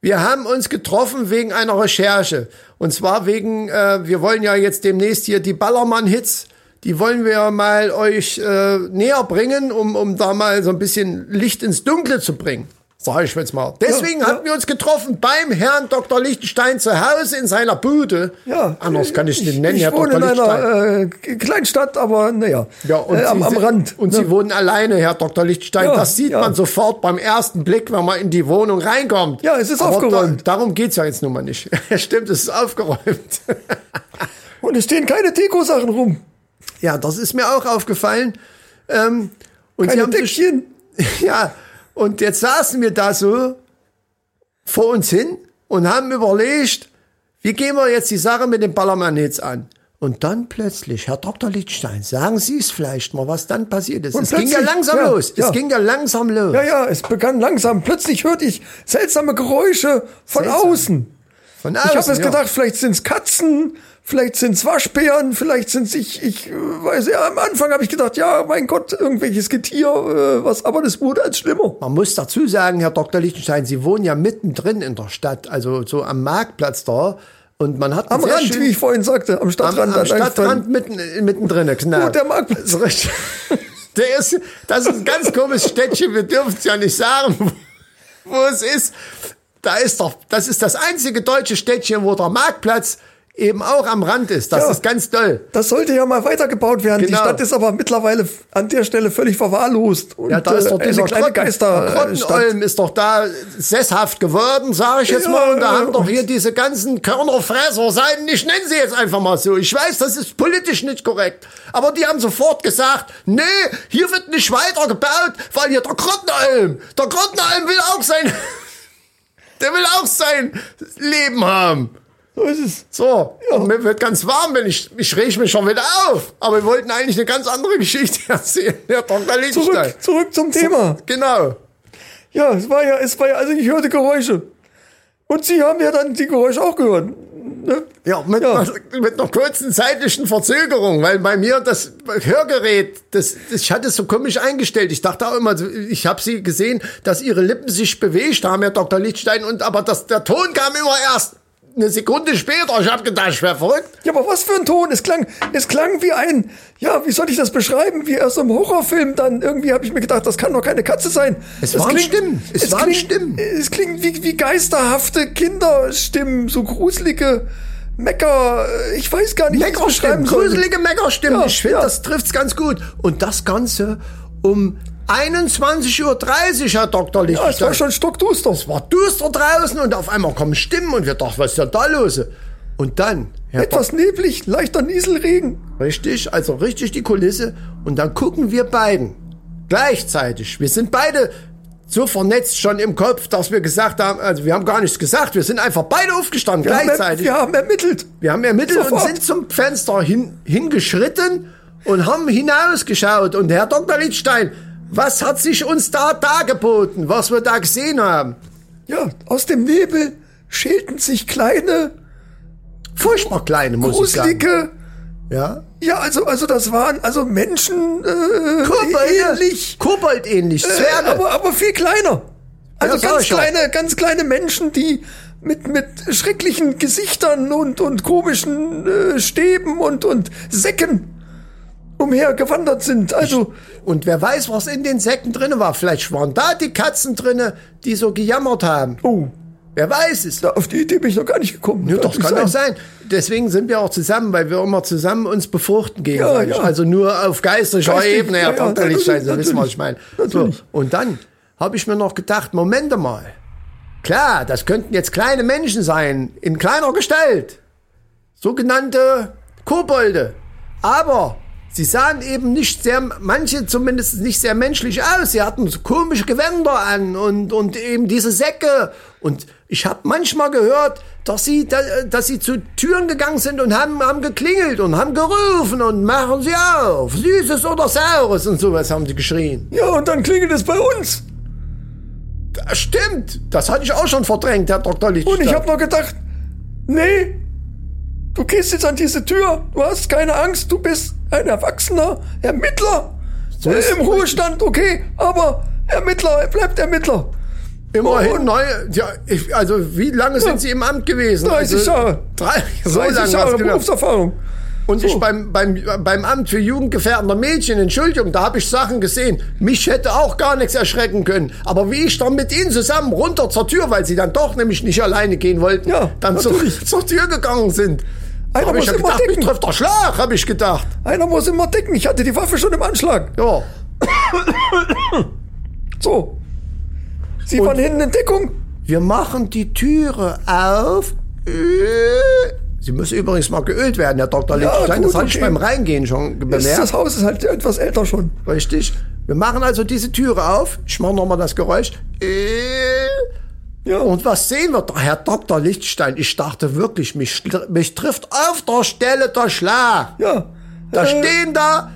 [SPEAKER 3] wir haben uns getroffen wegen einer Recherche. Und zwar wegen, äh, wir wollen ja jetzt demnächst hier die Ballermann-Hits, die wollen wir mal euch äh, näher bringen, um, um da mal so ein bisschen Licht ins Dunkle zu bringen. Sag ich jetzt mal. Deswegen hatten wir uns getroffen beim Herrn Dr. Lichtenstein zu Hause in seiner Bude.
[SPEAKER 2] Ja.
[SPEAKER 3] Anders kann ich den nennen,
[SPEAKER 2] Ich
[SPEAKER 3] Herr
[SPEAKER 2] wohne
[SPEAKER 3] Dr.
[SPEAKER 2] in
[SPEAKER 3] Lichtenstein.
[SPEAKER 2] einer äh, Kleinstadt, aber naja.
[SPEAKER 3] Ja, und
[SPEAKER 2] äh, am,
[SPEAKER 3] sie,
[SPEAKER 2] am
[SPEAKER 3] sind-
[SPEAKER 2] Rand.
[SPEAKER 3] Und sie wohnen alleine, Herr Dr. Lichtstein.
[SPEAKER 2] Ja,
[SPEAKER 3] das sieht
[SPEAKER 2] ja.
[SPEAKER 3] man sofort beim ersten Blick, wenn man in die Wohnung reinkommt.
[SPEAKER 2] Ja, es ist aufgeräumt.
[SPEAKER 3] Da, darum geht's ja jetzt nun mal nicht. Stimmt, es ist aufgeräumt.
[SPEAKER 2] Und es stehen keine Deko-Sachen rum.
[SPEAKER 3] ja, das ist mir auch aufgefallen. Ähm, und sie
[SPEAKER 2] Keine
[SPEAKER 3] haben sich-
[SPEAKER 2] Deckchen.
[SPEAKER 3] ja, und jetzt saßen wir da so vor uns hin und haben überlegt, wie gehen wir jetzt die Sache mit dem Ballermann jetzt an? Und dann plötzlich, Herr Dr. Lichtstein, sagen Sie es vielleicht mal, was dann passiert ist.
[SPEAKER 2] Und
[SPEAKER 3] es ging ja
[SPEAKER 2] plötzlich-
[SPEAKER 3] langsam
[SPEAKER 2] ja,
[SPEAKER 3] los.
[SPEAKER 2] ja.
[SPEAKER 3] Es ging ja langsam los.
[SPEAKER 2] Ja, ja, es begann langsam. Plötzlich hörte ich seltsame Geräusche von
[SPEAKER 3] Seltsam.
[SPEAKER 2] außen.
[SPEAKER 3] Von
[SPEAKER 2] Ich habe es
[SPEAKER 3] ja.
[SPEAKER 2] gedacht, vielleicht sind's Katzen, vielleicht sind's Waschbären, vielleicht sind's ich, ich äh, weiß ja, am Anfang habe ich gedacht, ja, mein Gott, irgendwelches Getier, äh, was, aber das wurde als schlimmer.
[SPEAKER 3] Man muss dazu sagen, Herr Dr. Lichtenstein, Sie wohnen ja mittendrin in der Stadt, also so am Marktplatz da. Und man hat
[SPEAKER 2] Am
[SPEAKER 3] sehr
[SPEAKER 2] Rand,
[SPEAKER 3] schön-
[SPEAKER 2] wie ich vorhin sagte, am
[SPEAKER 3] am,
[SPEAKER 2] Stadtrand.
[SPEAKER 3] am
[SPEAKER 2] an einem
[SPEAKER 3] Stadtrand mitten, mittendrin. Genau.
[SPEAKER 2] Gut, der Marktplatz.
[SPEAKER 3] ist richtig. Der ist, das ist ein ganz komisches Städtchen. Wir dürfen es ja nicht sagen, wo- wo es ist. Da ist doch, das ist das einzige deutsche Städtchen, wo der Marktplatz eben auch am Rand ist. Das
[SPEAKER 2] Ja.
[SPEAKER 3] ist ganz toll.
[SPEAKER 2] Das sollte ja mal weitergebaut werden.
[SPEAKER 3] Genau.
[SPEAKER 2] Die Stadt ist aber mittlerweile f- an der Stelle völlig verwahrlost. Und
[SPEAKER 3] Ja, da ist doch
[SPEAKER 2] äh,
[SPEAKER 3] dieser
[SPEAKER 2] eine kleine
[SPEAKER 3] Grotten-
[SPEAKER 2] Geisterstadt.
[SPEAKER 3] Grottenolm ist doch da sesshaft geworden, sage ich jetzt
[SPEAKER 2] Ja,
[SPEAKER 3] mal. Und da
[SPEAKER 2] ja,
[SPEAKER 3] haben doch hier diese ganzen Körnerfresser sein. Ich nenne sie jetzt einfach mal so. Ich weiß, das ist politisch nicht korrekt. Aber die haben sofort gesagt, nee, hier wird nicht weiter gebaut, weil hier der Grottenolm, der Grottenolm will auch sein, der will auch sein Leben haben.
[SPEAKER 2] So ist es.
[SPEAKER 3] So, und mir wird ganz warm, wenn ich, ich rieche mich schon wieder auf. Aber wir wollten eigentlich eine ganz andere Geschichte erzählen. Ja, Dr. Lichtenstein.
[SPEAKER 2] Zurück, zurück zum Thema.
[SPEAKER 3] Genau.
[SPEAKER 2] Ja, es war ja, es war ja, also ich hörte Geräusche. Und Sie haben ja dann die Geräusche auch gehört. Ne?
[SPEAKER 3] Ja, mit,
[SPEAKER 2] Ja.
[SPEAKER 3] mit einer kurzen zeitlichen Verzögerung, weil bei mir das Hörgerät, das, das, ich hatte es so komisch eingestellt. Ich dachte auch immer, ich habe sie gesehen, dass ihre Lippen sich bewegt haben, Herr Dr. Lichtstein, und aber das, der Ton kam immer erst eine Sekunde später. Ich habe gedacht, ich wäre verrückt.
[SPEAKER 2] Ja, aber was für ein Ton? Es klang, es klang wie ein, ja, wie soll ich das beschreiben? Wie aus einem Horrorfilm dann. Irgendwie habe ich mir gedacht, das kann doch keine Katze sein.
[SPEAKER 3] Es waren Stimmen. Es waren
[SPEAKER 2] klingt,
[SPEAKER 3] Stimmen.
[SPEAKER 2] Es klingt wie, wie geisterhafte Kinderstimmen, so gruselige Mecker. äh, Ich weiß gar nicht, wie ich es
[SPEAKER 3] Meckerstimmen,
[SPEAKER 2] beschreiben soll.
[SPEAKER 3] gruselige Meckerstimmen.
[SPEAKER 2] Ja,
[SPEAKER 3] ich finde,
[SPEAKER 2] ja.
[SPEAKER 3] das trifft's ganz gut. Und das Ganze um 21.30 Uhr, Herr Dr. Lichtenstein.
[SPEAKER 2] es war schon stockduster.
[SPEAKER 3] Es war düster draußen und auf einmal kommen Stimmen und wir dachten, was ist denn da los? Und dann, Herr
[SPEAKER 2] Etwas neblig, leichter Nieselregen.
[SPEAKER 3] Richtig, also richtig die Kulisse. Und dann gucken wir beiden gleichzeitig. Wir sind beide so vernetzt schon im Kopf, dass wir gesagt haben, also wir haben gar nichts gesagt, wir sind einfach beide aufgestanden
[SPEAKER 2] Wir haben-
[SPEAKER 3] gleichzeitig.
[SPEAKER 2] Wir haben ermittelt.
[SPEAKER 3] wir haben ermittelt und
[SPEAKER 2] Sofort.
[SPEAKER 3] sind zum Fenster hin, hingeschritten und haben hinausgeschaut. Und Herr Dr. Liedstein, was hat sich uns da dargeboten, was wir da gesehen haben?
[SPEAKER 2] Ja, aus dem Nebel schälten sich kleine,
[SPEAKER 3] Furchtbar kleine, muss ich sagen.
[SPEAKER 2] gruselige.
[SPEAKER 3] Ja?
[SPEAKER 2] Ja, also, also das waren also Menschen äh, ähnlich,
[SPEAKER 3] Kobold-ähnlich. Kobold-ähnlich,
[SPEAKER 2] äh,
[SPEAKER 3] Zwerge.
[SPEAKER 2] aber, aber viel kleiner. Also
[SPEAKER 3] Ja, sag
[SPEAKER 2] ganz
[SPEAKER 3] ich doch.
[SPEAKER 2] kleine, ganz kleine Menschen, die mit, mit schrecklichen Gesichtern und, und komischen äh, Stäben und, und Säcken umhergewandert sind. Also
[SPEAKER 3] Und wer weiß, was in den Säcken drinne war. Vielleicht waren da die Katzen drinne, die so gejammert haben.
[SPEAKER 2] Oh.
[SPEAKER 3] Wer weiß es.
[SPEAKER 2] da- auf die Idee bin ich noch gar nicht gekommen.
[SPEAKER 3] Ja, doch, kann doch sein. Deswegen sind wir auch zusammen, weil wir immer zusammen uns befruchten gegenseitig.
[SPEAKER 2] ja.
[SPEAKER 3] Also nur auf geistlicher
[SPEAKER 2] Geistig,
[SPEAKER 3] Ebene,
[SPEAKER 2] ja,
[SPEAKER 3] Herr
[SPEAKER 2] ja,
[SPEAKER 3] Dr. Lichtstein, Sie
[SPEAKER 2] natürlich,
[SPEAKER 3] wissen, was ich meine. So,
[SPEAKER 2] natürlich.
[SPEAKER 3] und dann habe ich mir noch gedacht, Moment mal. Klar, das könnten jetzt kleine Menschen sein, in kleiner Gestalt. Sogenannte Kobolde. Aber sie sahen eben nicht sehr, manche zumindest nicht sehr menschlich aus. Sie hatten so komische Gewänder an und, und eben diese Säcke. Und ich habe manchmal gehört, dass sie, da- dass sie zu Türen gegangen sind und haben, haben geklingelt und haben gerufen und machen sie auf. Süßes oder Saures und sowas haben sie geschrien.
[SPEAKER 2] Ja, und dann klingelt es bei uns.
[SPEAKER 3] Ah, Stimmt, das hatte ich auch schon verdrängt, Herr Dr. Lichtstein.
[SPEAKER 2] Und ich habe noch gedacht, nee, du gehst jetzt an diese Tür, du hast keine Angst, du bist ein erwachsener Ermittler.
[SPEAKER 3] So ist
[SPEAKER 2] Äh, Im
[SPEAKER 3] es
[SPEAKER 2] Ruhestand, okay, aber Ermittler, er bleibt Ermittler.
[SPEAKER 3] immerhin
[SPEAKER 2] und-
[SPEAKER 3] neu. Ja, ich, also wie lange sind Sie im Amt gewesen?
[SPEAKER 2] 30
[SPEAKER 3] also,
[SPEAKER 2] Jahre.
[SPEAKER 3] Drei, so
[SPEAKER 2] 30
[SPEAKER 3] lange
[SPEAKER 2] Jahre
[SPEAKER 3] Jahre genau.
[SPEAKER 2] Berufserfahrung.
[SPEAKER 3] Und ich beim, beim, beim Amt für jugendgefährdender Mädchen, Entschuldigung, da habe ich Sachen gesehen. Mich hätte auch gar nichts erschrecken können. Aber wie ich dann mit Ihnen zusammen runter zur Tür, weil Sie dann doch nämlich nicht alleine gehen wollten,
[SPEAKER 2] Ja,
[SPEAKER 3] dann zur,
[SPEAKER 2] natürlich.
[SPEAKER 3] zur Tür gegangen sind.
[SPEAKER 2] Einer
[SPEAKER 3] Hab ich
[SPEAKER 2] muss
[SPEAKER 3] ja
[SPEAKER 2] immer
[SPEAKER 3] gedacht, mich
[SPEAKER 2] decken.
[SPEAKER 3] trifft der Schlag, habe ich gedacht.
[SPEAKER 2] Einer muss immer decken, ich hatte die Waffe schon im Anschlag.
[SPEAKER 3] Ja.
[SPEAKER 2] So. Sie waren hinten in Deckung.
[SPEAKER 3] Wir machen die Türe auf. Äh. Sie müssen übrigens mal geölt werden, Herr Dr.
[SPEAKER 2] Ja,
[SPEAKER 3] Lichtstein.
[SPEAKER 2] gut,
[SPEAKER 3] das hatte ich
[SPEAKER 2] okay.
[SPEAKER 3] beim Reingehen schon
[SPEAKER 2] Das, das
[SPEAKER 3] bemerkt.
[SPEAKER 2] Haus ist halt etwas älter schon.
[SPEAKER 3] Richtig. Wir machen also diese Türe auf. Ich mache nochmal das Geräusch. Äh.
[SPEAKER 2] Ja.
[SPEAKER 3] Und was sehen wir da, Herr Dr. Lichtstein? Ich dachte wirklich, mich, schl- mich trifft auf der Stelle der Schlag.
[SPEAKER 2] ja.
[SPEAKER 3] Da
[SPEAKER 2] Äh,
[SPEAKER 3] stehen da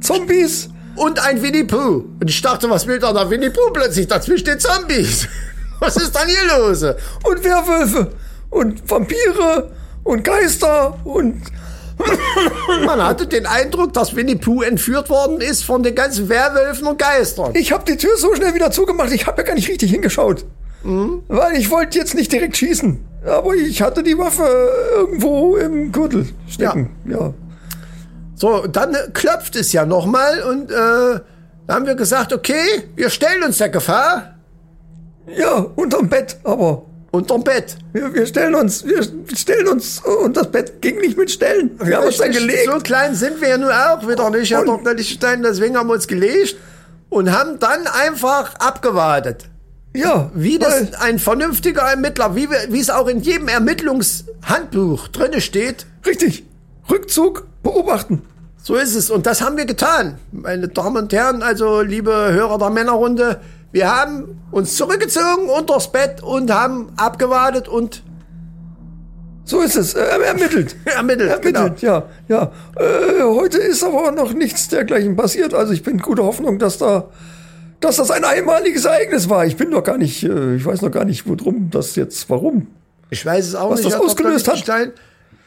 [SPEAKER 2] Zombies.
[SPEAKER 3] und ein Winnie Pooh. Und ich dachte, was will da der Winnie Pooh plötzlich? Dazwischen stehen Zombies. Was ist denn hier los?
[SPEAKER 2] und Werwölfe und Vampire und Geister und
[SPEAKER 3] Man hatte den Eindruck, dass Winnie Pooh entführt worden ist von den ganzen Werwölfen und Geistern.
[SPEAKER 2] ich habe die Tür so schnell wieder zugemacht, ich habe ja gar nicht richtig hingeschaut.
[SPEAKER 3] Mhm.
[SPEAKER 2] Weil ich wollte jetzt nicht direkt schießen, aber ich hatte die Waffe äh, irgendwo im Gürtel stecken. Ja.
[SPEAKER 3] So, dann äh, klopft es ja nochmal und äh, da haben wir gesagt, okay, wir stellen uns der Gefahr
[SPEAKER 2] Ja, unterm Bett, aber
[SPEAKER 3] unterm Bett.
[SPEAKER 2] wir, wir stellen uns wir stellen uns äh, und das Bett ging nicht mit Stellen. Wir haben uns dann
[SPEAKER 3] Richtig,
[SPEAKER 2] gelegt.
[SPEAKER 3] So klein sind wir ja nun auch wieder nicht, Herr
[SPEAKER 2] Und-
[SPEAKER 3] Dr. Lichtenstein, deswegen haben wir uns gelegt und haben dann einfach abgewartet.
[SPEAKER 2] ja,
[SPEAKER 3] Wie
[SPEAKER 2] weil-
[SPEAKER 3] das ein vernünftiger Ermittler, wie, wir, wie es auch in jedem Ermittlungshandbuch drinne steht,
[SPEAKER 2] richtig. Rückzug beobachten.
[SPEAKER 3] So ist es. Und das haben wir getan. Meine Damen und Herren, also liebe Hörer der Männerrunde, wir haben uns zurückgezogen unters Bett und haben abgewartet und
[SPEAKER 2] So ist es. Er ermittelt.
[SPEAKER 3] Ermittelt, genau.
[SPEAKER 2] Ermittelt, ja. ja. Äh, heute ist aber noch nichts dergleichen passiert. Also ich bin guter Hoffnung, dass da, dass das ein einmaliges Ereignis war. Ich bin noch gar nicht, äh, ich weiß noch gar nicht, worum das jetzt, warum.
[SPEAKER 3] ich weiß es auch
[SPEAKER 2] Was
[SPEAKER 3] nicht,
[SPEAKER 2] das
[SPEAKER 3] Herr Dr.
[SPEAKER 2] ausgelöst hat.
[SPEAKER 3] Lichtenstein.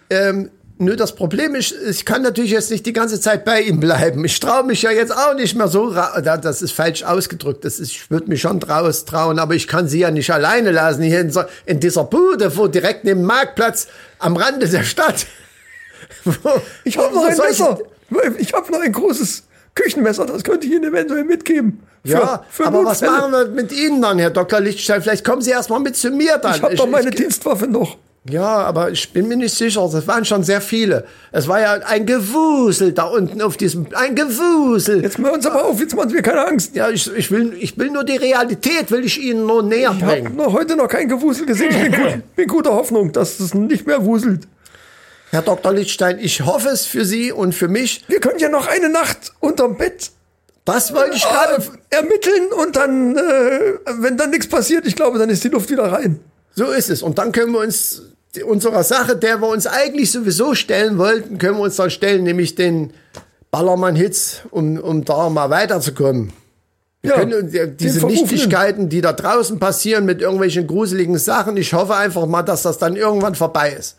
[SPEAKER 3] Ähm, nur das Problem ist, ich kann natürlich jetzt nicht die ganze Zeit bei ihm bleiben. Ich traue mich ja jetzt auch nicht mehr so. ra- Da- Das ist falsch ausgedrückt. Das ist, ich würde mich schon draus trauen, aber ich kann sie ja nicht alleine lassen hier in, so, in dieser Bude, wo direkt neben dem Marktplatz am Rande der Stadt. Wo-
[SPEAKER 2] Ich habe
[SPEAKER 3] wo
[SPEAKER 2] noch ein
[SPEAKER 3] solche-
[SPEAKER 2] Messer. Ich habe noch ein großes Küchenmesser. Das könnte ich Ihnen eventuell mitgeben. Für,
[SPEAKER 3] Ja,
[SPEAKER 2] für
[SPEAKER 3] aber was
[SPEAKER 2] Notfälle.
[SPEAKER 3] machen wir mit Ihnen dann, Herr Dr. Lichtstein? Vielleicht kommen Sie erstmal mit zu mir dann.
[SPEAKER 2] Ich habe noch meine Dienstwaffe noch.
[SPEAKER 3] Ja, aber ich bin mir nicht sicher. Das waren schon sehr viele. Es war ja ein Gewusel da unten auf diesem. Ein Gewusel.
[SPEAKER 2] Jetzt machen wir uns aber auf, jetzt machen wir keine Angst.
[SPEAKER 3] Ja, ich, ich, will, ich will nur die Realität, will ich Ihnen nur näher
[SPEAKER 2] Ich habe
[SPEAKER 3] bringen.
[SPEAKER 2] noch heute noch kein Gewusel gesehen. Ich bin, gut, bin guter Hoffnung, dass es nicht mehr wuselt.
[SPEAKER 3] Herr Dr. Lichtstein, ich hoffe es für Sie und für mich.
[SPEAKER 2] Wir können ja noch eine Nacht unterm Bett
[SPEAKER 3] Das wollte ich
[SPEAKER 2] äh,
[SPEAKER 3] gerade.
[SPEAKER 2] ermitteln und dann, äh, wenn dann nichts passiert, ich glaube, dann ist die Luft wieder rein.
[SPEAKER 3] So ist es. Und dann können wir uns die- unserer Sache, der wir uns eigentlich sowieso stellen wollten, können wir uns dann stellen, nämlich den Ballermann-Hits, um, um da mal weiterzukommen. Wir
[SPEAKER 2] Ja,
[SPEAKER 3] können äh, diese
[SPEAKER 2] den Verrufenen.
[SPEAKER 3] Nichtigkeiten, die da draußen passieren mit irgendwelchen gruseligen Sachen, ich hoffe einfach mal, dass das dann irgendwann vorbei ist.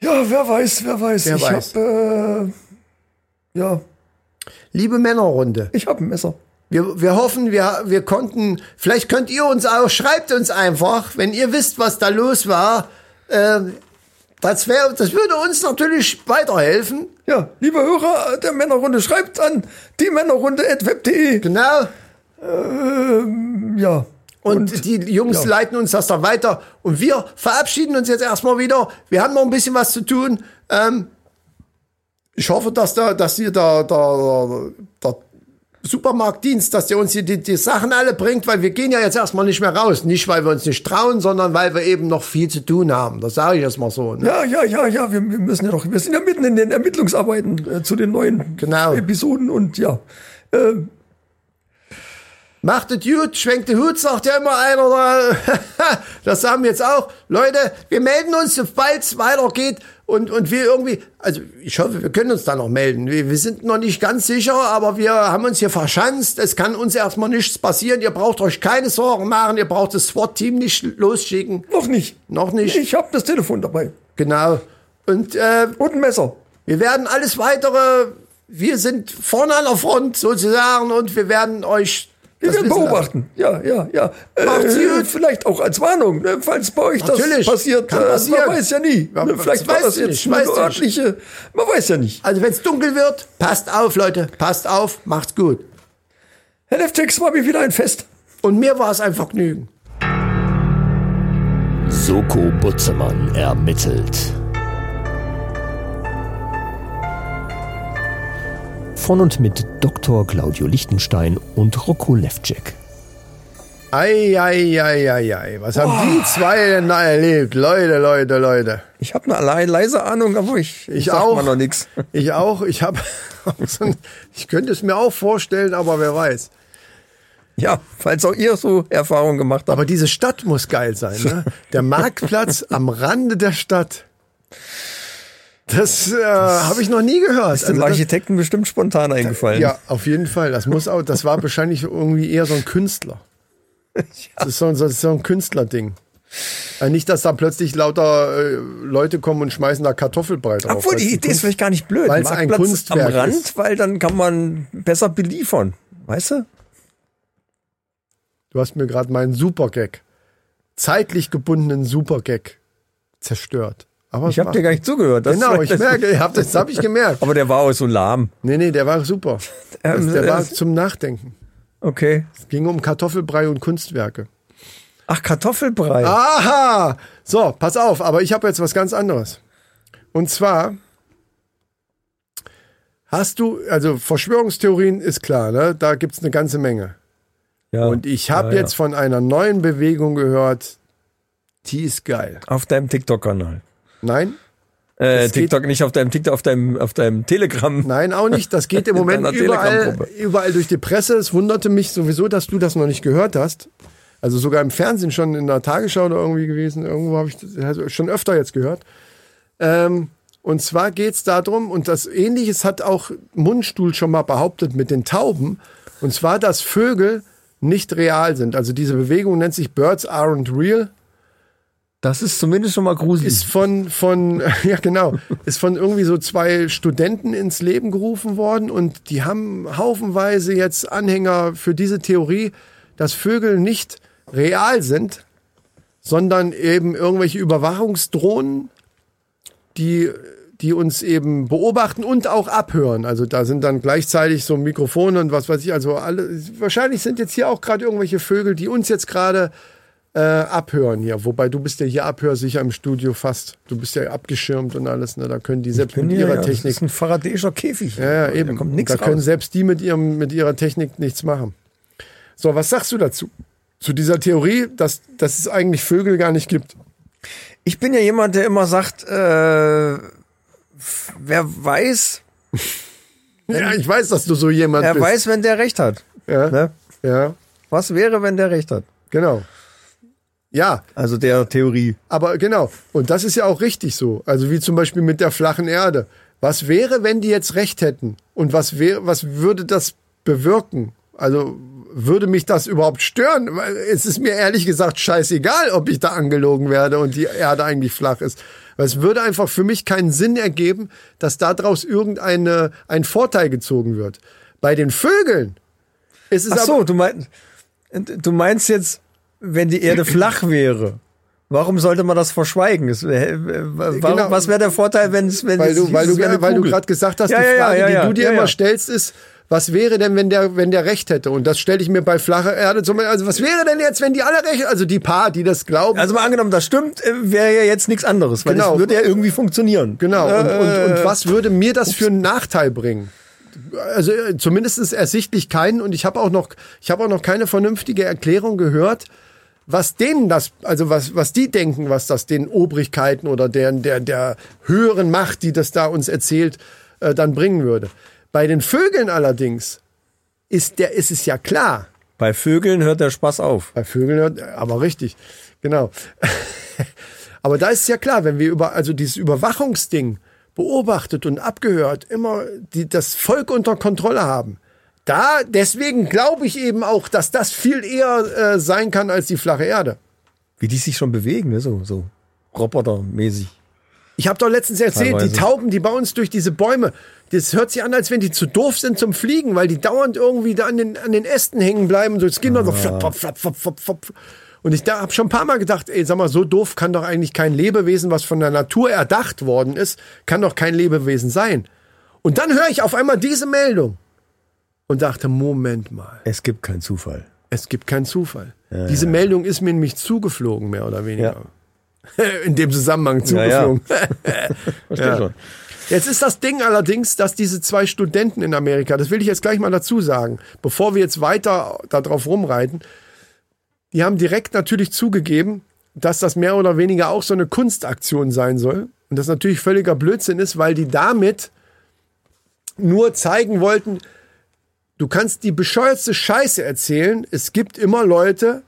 [SPEAKER 2] Ja, wer weiß, wer weiß.
[SPEAKER 3] Wer
[SPEAKER 2] ich
[SPEAKER 3] weiß.
[SPEAKER 2] hab, äh, ja,
[SPEAKER 3] Liebe Männerrunde,
[SPEAKER 2] ich habe ein Messer.
[SPEAKER 3] Wir, wir hoffen, wir, wir konnten, vielleicht könnt ihr uns auch, schreibt uns einfach, wenn ihr wisst, was da los war. Ähm, das, wär, das würde uns natürlich weiterhelfen.
[SPEAKER 2] Ja, liebe Hörer der Männerrunde, schreibt an die Männerrunde.web.de.
[SPEAKER 3] Genau.
[SPEAKER 2] Ähm, ja.
[SPEAKER 3] Und, die Jungs leiten uns das dann weiter. Und wir verabschieden uns jetzt erstmal wieder. Wir haben noch ein bisschen was zu tun. Ähm, ich hoffe, dass da, dass ihr da, da, da Supermarktdienst, dass der uns hier die, die Sachen alle bringt, weil wir gehen ja jetzt erstmal nicht mehr raus. Nicht, weil wir uns nicht trauen, sondern weil wir eben noch viel zu tun haben. Das sage ich jetzt mal so. Ne?
[SPEAKER 2] Ja, ja, ja, ja, wir, wir müssen ja noch, wir sind ja mitten in den Ermittlungsarbeiten äh, zu den neuen
[SPEAKER 3] Genau.
[SPEAKER 2] Episoden und ja.
[SPEAKER 3] Macht es gut, schwenkt den Hut, sagt ja immer einer. Oder das sagen wir jetzt auch. Leute, wir melden uns, sobald es weitergeht. Und, und wir irgendwie, also ich hoffe, wir können uns da noch melden. Wir, wir sind noch nicht ganz sicher, aber wir haben uns hier verschanzt. Es kann uns erstmal nichts passieren. Ihr braucht euch keine Sorgen machen. Ihr braucht das SWAT-Team nicht losschicken.
[SPEAKER 2] Noch nicht.
[SPEAKER 3] Noch nicht.
[SPEAKER 2] Ich habe das Telefon dabei.
[SPEAKER 3] Genau. Und äh,
[SPEAKER 2] Und ein Messer.
[SPEAKER 3] wir werden alles weitere, wir sind vorne an der Front sozusagen und wir werden euch
[SPEAKER 2] Wir
[SPEAKER 3] das
[SPEAKER 2] werden
[SPEAKER 3] wissen lassen.
[SPEAKER 2] beobachten. Ja, ja, ja. Äh,
[SPEAKER 3] Macht's gut.
[SPEAKER 2] vielleicht auch als Warnung, ne? falls bei euch das
[SPEAKER 3] Natürlich.
[SPEAKER 2] passiert.
[SPEAKER 3] Kann
[SPEAKER 2] äh,
[SPEAKER 3] passieren.
[SPEAKER 2] Man weiß ja nie.
[SPEAKER 3] Ja,
[SPEAKER 2] ne?
[SPEAKER 3] das
[SPEAKER 2] Vielleicht war
[SPEAKER 3] weiß
[SPEAKER 2] das
[SPEAKER 3] ich nicht,
[SPEAKER 2] jetzt nur
[SPEAKER 3] weiß
[SPEAKER 2] eine
[SPEAKER 3] ich nicht.
[SPEAKER 2] örtliche. Man weiß ja nicht.
[SPEAKER 3] Also wenn es dunkel wird, passt auf, Leute, passt auf, macht's gut.
[SPEAKER 2] Herr Leftex war mir wieder ein Fest.
[SPEAKER 3] Und mir war es ein Vergnügen.
[SPEAKER 4] Soko Butzemann ermittelt. Von und mit Dr. Claudio Lichtenstein und Rocco Levcek.
[SPEAKER 3] Ei, ei, ei, ei, ei. Was haben die zwei denn da erlebt? Leute, Leute, Leute.
[SPEAKER 2] Ich habe eine le- leise Ahnung, aber ich,
[SPEAKER 3] Ich
[SPEAKER 2] sag
[SPEAKER 3] auch.
[SPEAKER 2] mal noch nichts.
[SPEAKER 3] Ich auch. Ich habe, ich könnte es mir auch vorstellen, aber wer weiß.
[SPEAKER 2] Ja, falls auch ihr so Erfahrungen gemacht habt.
[SPEAKER 3] Aber diese Stadt muss geil sein, ne? Der Marktplatz am Rande der Stadt. Das, äh, habe ich noch nie gehört. Also
[SPEAKER 2] Ist dem
[SPEAKER 3] das,
[SPEAKER 2] Architekten bestimmt spontan eingefallen.
[SPEAKER 3] Ja, auf jeden Fall. Das muss auch, das war wahrscheinlich irgendwie eher so ein Künstler. Das ist so, ein- so- das ist so ein Künstlerding. Äh, Nicht, dass da plötzlich lauter äh, Leute kommen und schmeißen da Kartoffelbrei drauf.
[SPEAKER 2] Obwohl,
[SPEAKER 3] Weil's
[SPEAKER 2] die
[SPEAKER 3] ein
[SPEAKER 2] Idee ist
[SPEAKER 3] Kunst-
[SPEAKER 2] vielleicht gar nicht blöd.
[SPEAKER 3] Weil's ein
[SPEAKER 2] Marktplatz
[SPEAKER 3] Kunstwerk
[SPEAKER 2] am Rand,
[SPEAKER 3] ist.
[SPEAKER 2] weil dann kann man besser beliefern. Weißt du?
[SPEAKER 3] Du hast mir gerade meinen Supergag, zeitlich gebundenen Supergag zerstört. Aber
[SPEAKER 2] Ich habe dir gar nicht zugehört. Das
[SPEAKER 3] Genau,
[SPEAKER 2] ist-
[SPEAKER 3] ich merke, ich hab, das habe ich gemerkt.
[SPEAKER 2] Aber der war auch so lahm.
[SPEAKER 3] Nee, nee, der war super.
[SPEAKER 2] Ähm,
[SPEAKER 3] der war
[SPEAKER 2] das-
[SPEAKER 3] zum Nachdenken.
[SPEAKER 2] Okay.
[SPEAKER 3] Es ging um Kartoffelbrei und Kunstwerke.
[SPEAKER 2] Ach, Kartoffelbrei.
[SPEAKER 3] Ah. Aha! So, pass auf, aber ich habe jetzt was ganz anderes. Und zwar hast du, also Verschwörungstheorien ist klar, ne? da gibt's eine ganze Menge.
[SPEAKER 2] ja.
[SPEAKER 3] Und ich habe
[SPEAKER 2] Ja, ja.
[SPEAKER 3] jetzt von einer neuen Bewegung gehört, die ist geil.
[SPEAKER 2] Auf deinem TikTok-Kanal.
[SPEAKER 3] Nein,
[SPEAKER 2] Äh,
[SPEAKER 3] Es geht-
[SPEAKER 2] TikTok nicht auf deinem TikTok, auf deinem, auf deinem Telegram.
[SPEAKER 3] nein, auch nicht. Das geht im
[SPEAKER 2] In
[SPEAKER 3] Moment
[SPEAKER 2] deiner
[SPEAKER 3] überall,
[SPEAKER 2] Telegram-Gruppe.
[SPEAKER 3] überall durch die Presse. Es wunderte mich sowieso, dass du das noch nicht gehört hast. Also sogar im Fernsehen schon in der Tagesschau oder irgendwie gewesen. Irgendwo habe ich das also schon öfter jetzt gehört. Ähm, und zwar geht es darum, und das Ähnliches hat auch Mundstuhl schon mal behauptet mit den Tauben, und zwar, dass Vögel nicht real sind. Also diese Bewegung nennt sich Birds Aren't Real.
[SPEAKER 2] Das ist zumindest schon mal gruselig.
[SPEAKER 3] Ist von, von, ja genau, ist von irgendwie so zwei Studenten ins Leben gerufen worden und die haben haufenweise jetzt Anhänger für diese Theorie, dass Vögel nicht real sind, sondern eben irgendwelche Überwachungsdrohnen, die, die uns eben beobachten und auch abhören. Also da sind dann gleichzeitig so Mikrofone und was weiß ich, also alle, wahrscheinlich sind jetzt hier auch gerade irgendwelche Vögel, die uns jetzt gerade äh, abhören hier. Wobei du bist ja hier abhörsicher im Studio fast. Du bist ja abgeschirmt und alles. Ne? Da können die selbst mit ihrer
[SPEAKER 2] Das
[SPEAKER 3] Technik.
[SPEAKER 2] ist ein faradäischer Käfig.
[SPEAKER 3] Ja, ja, eben.
[SPEAKER 2] Da kommt nichts
[SPEAKER 3] da können
[SPEAKER 2] raus.
[SPEAKER 3] selbst die mit, ihrem, mit ihrer Technik nichts machen. So, was sagst du dazu? Zu dieser Theorie, dass, dass es eigentlich Vögel gar nicht gibt.
[SPEAKER 2] Ich bin ja jemand, der immer sagt, äh, f- wer weiß,
[SPEAKER 3] Ja, ich weiß, dass du so jemand
[SPEAKER 2] Ähm, er
[SPEAKER 3] bist.
[SPEAKER 2] weiß, wenn der recht hat.
[SPEAKER 3] Ja.
[SPEAKER 2] Ne?
[SPEAKER 3] Ja,
[SPEAKER 2] Was wäre, wenn der recht hat?
[SPEAKER 3] genau. Ja,
[SPEAKER 2] Also der Theorie.
[SPEAKER 3] aber genau. Und das ist ja auch richtig so. Also wie zum Beispiel mit der flachen Erde. Was wäre, wenn die jetzt recht hätten? Und was wäre, was würde das bewirken? Also würde mich das überhaupt stören? Weil Es ist mir ehrlich gesagt scheißegal, ob ich da angelogen werde und die Erde eigentlich flach ist. Weil es würde einfach für mich keinen Sinn ergeben, dass daraus irgendeine ein Vorteil gezogen wird. Bei den Vögeln ist es
[SPEAKER 2] Ach
[SPEAKER 3] aber
[SPEAKER 2] so, du meinst, du meinst jetzt, wenn die Erde flach wäre. Warum sollte man das verschweigen? Es, wär- warum,
[SPEAKER 3] Genau.
[SPEAKER 2] Was wäre der Vorteil, wenn es wenn
[SPEAKER 3] weil
[SPEAKER 2] es
[SPEAKER 3] du,
[SPEAKER 2] hieß,
[SPEAKER 3] weil
[SPEAKER 2] es
[SPEAKER 3] du,
[SPEAKER 2] wäre eine
[SPEAKER 3] weil du
[SPEAKER 2] Kugel?
[SPEAKER 3] gerade gesagt hast,
[SPEAKER 2] Ja,
[SPEAKER 3] die
[SPEAKER 2] ja, ja,
[SPEAKER 3] Frage,
[SPEAKER 2] ja, ja,
[SPEAKER 3] die du dir
[SPEAKER 2] ja, ja.
[SPEAKER 3] immer stellst, ist, was wäre denn, wenn der, wenn der recht hätte? Und das stelle ich mir bei flacher Erde zum Beispiel, also was wäre denn jetzt, wenn die alle recht, also die paar, die das glauben,
[SPEAKER 2] Also mal angenommen, das stimmt, äh, wäre ja jetzt nichts anderes, weil
[SPEAKER 3] Genau.
[SPEAKER 2] es würde ja irgendwie funktionieren.
[SPEAKER 3] genau, und,
[SPEAKER 2] Äh,
[SPEAKER 3] und, und was würde mir das für einen Nachteil bringen? Also äh, zumindest ersichtlich keinen und ich habe auch noch, ich habe auch noch keine vernünftige Erklärung gehört, was denen das, also was, was die denken, was das den Obrigkeiten oder deren, der, der höheren Macht, die das da uns erzählt, äh, dann bringen würde. Bei den Vögeln allerdings ist, der, ist es ja klar.
[SPEAKER 2] Bei Vögeln hört der Spaß auf.
[SPEAKER 3] Bei Vögeln, hört- aber richtig, genau. aber da ist es ja klar, wenn wir über, also dieses Überwachungsding beobachtet und abgehört, immer die, das Volk unter Kontrolle haben. Da, deswegen glaube ich eben auch, dass das viel eher äh, sein kann als die flache Erde.
[SPEAKER 2] Wie die sich schon bewegen, ne? so, so robotermäßig.
[SPEAKER 3] Ich habe doch letztens erzählt,
[SPEAKER 2] Teilweise.
[SPEAKER 3] die Tauben, die bei uns durch diese Bäume, das hört sich an, als wenn die zu doof sind zum Fliegen, weil die dauernd irgendwie da an den, an den Ästen hängen bleiben. So, es geht nur so flop, flop, flop, flop, flop, flop. Und ich habe schon ein paar Mal gedacht, ey, sag mal, so doof kann doch eigentlich kein Lebewesen, was von der Natur erdacht worden ist, kann doch kein Lebewesen sein. Und dann höre ich auf einmal diese Meldung und dachte, Moment mal.
[SPEAKER 2] Es gibt keinen Zufall.
[SPEAKER 3] Es gibt keinen Zufall. Diese Meldung ist mir nämlich zugeflogen, mehr oder weniger. Äh, In dem Zusammenhang zugeflogen.
[SPEAKER 2] Verstehe
[SPEAKER 3] Ja.
[SPEAKER 2] schon.
[SPEAKER 3] Jetzt ist das Ding allerdings, dass diese zwei Studenten in Amerika, das will ich jetzt gleich mal dazu sagen, bevor wir jetzt weiter darauf rumreiten, die haben direkt natürlich zugegeben, dass das mehr oder weniger auch so eine Kunstaktion sein soll. Und das natürlich völliger Blödsinn ist, weil die damit nur zeigen wollten, du kannst die bescheuertste Scheiße erzählen. Es gibt immer Leute,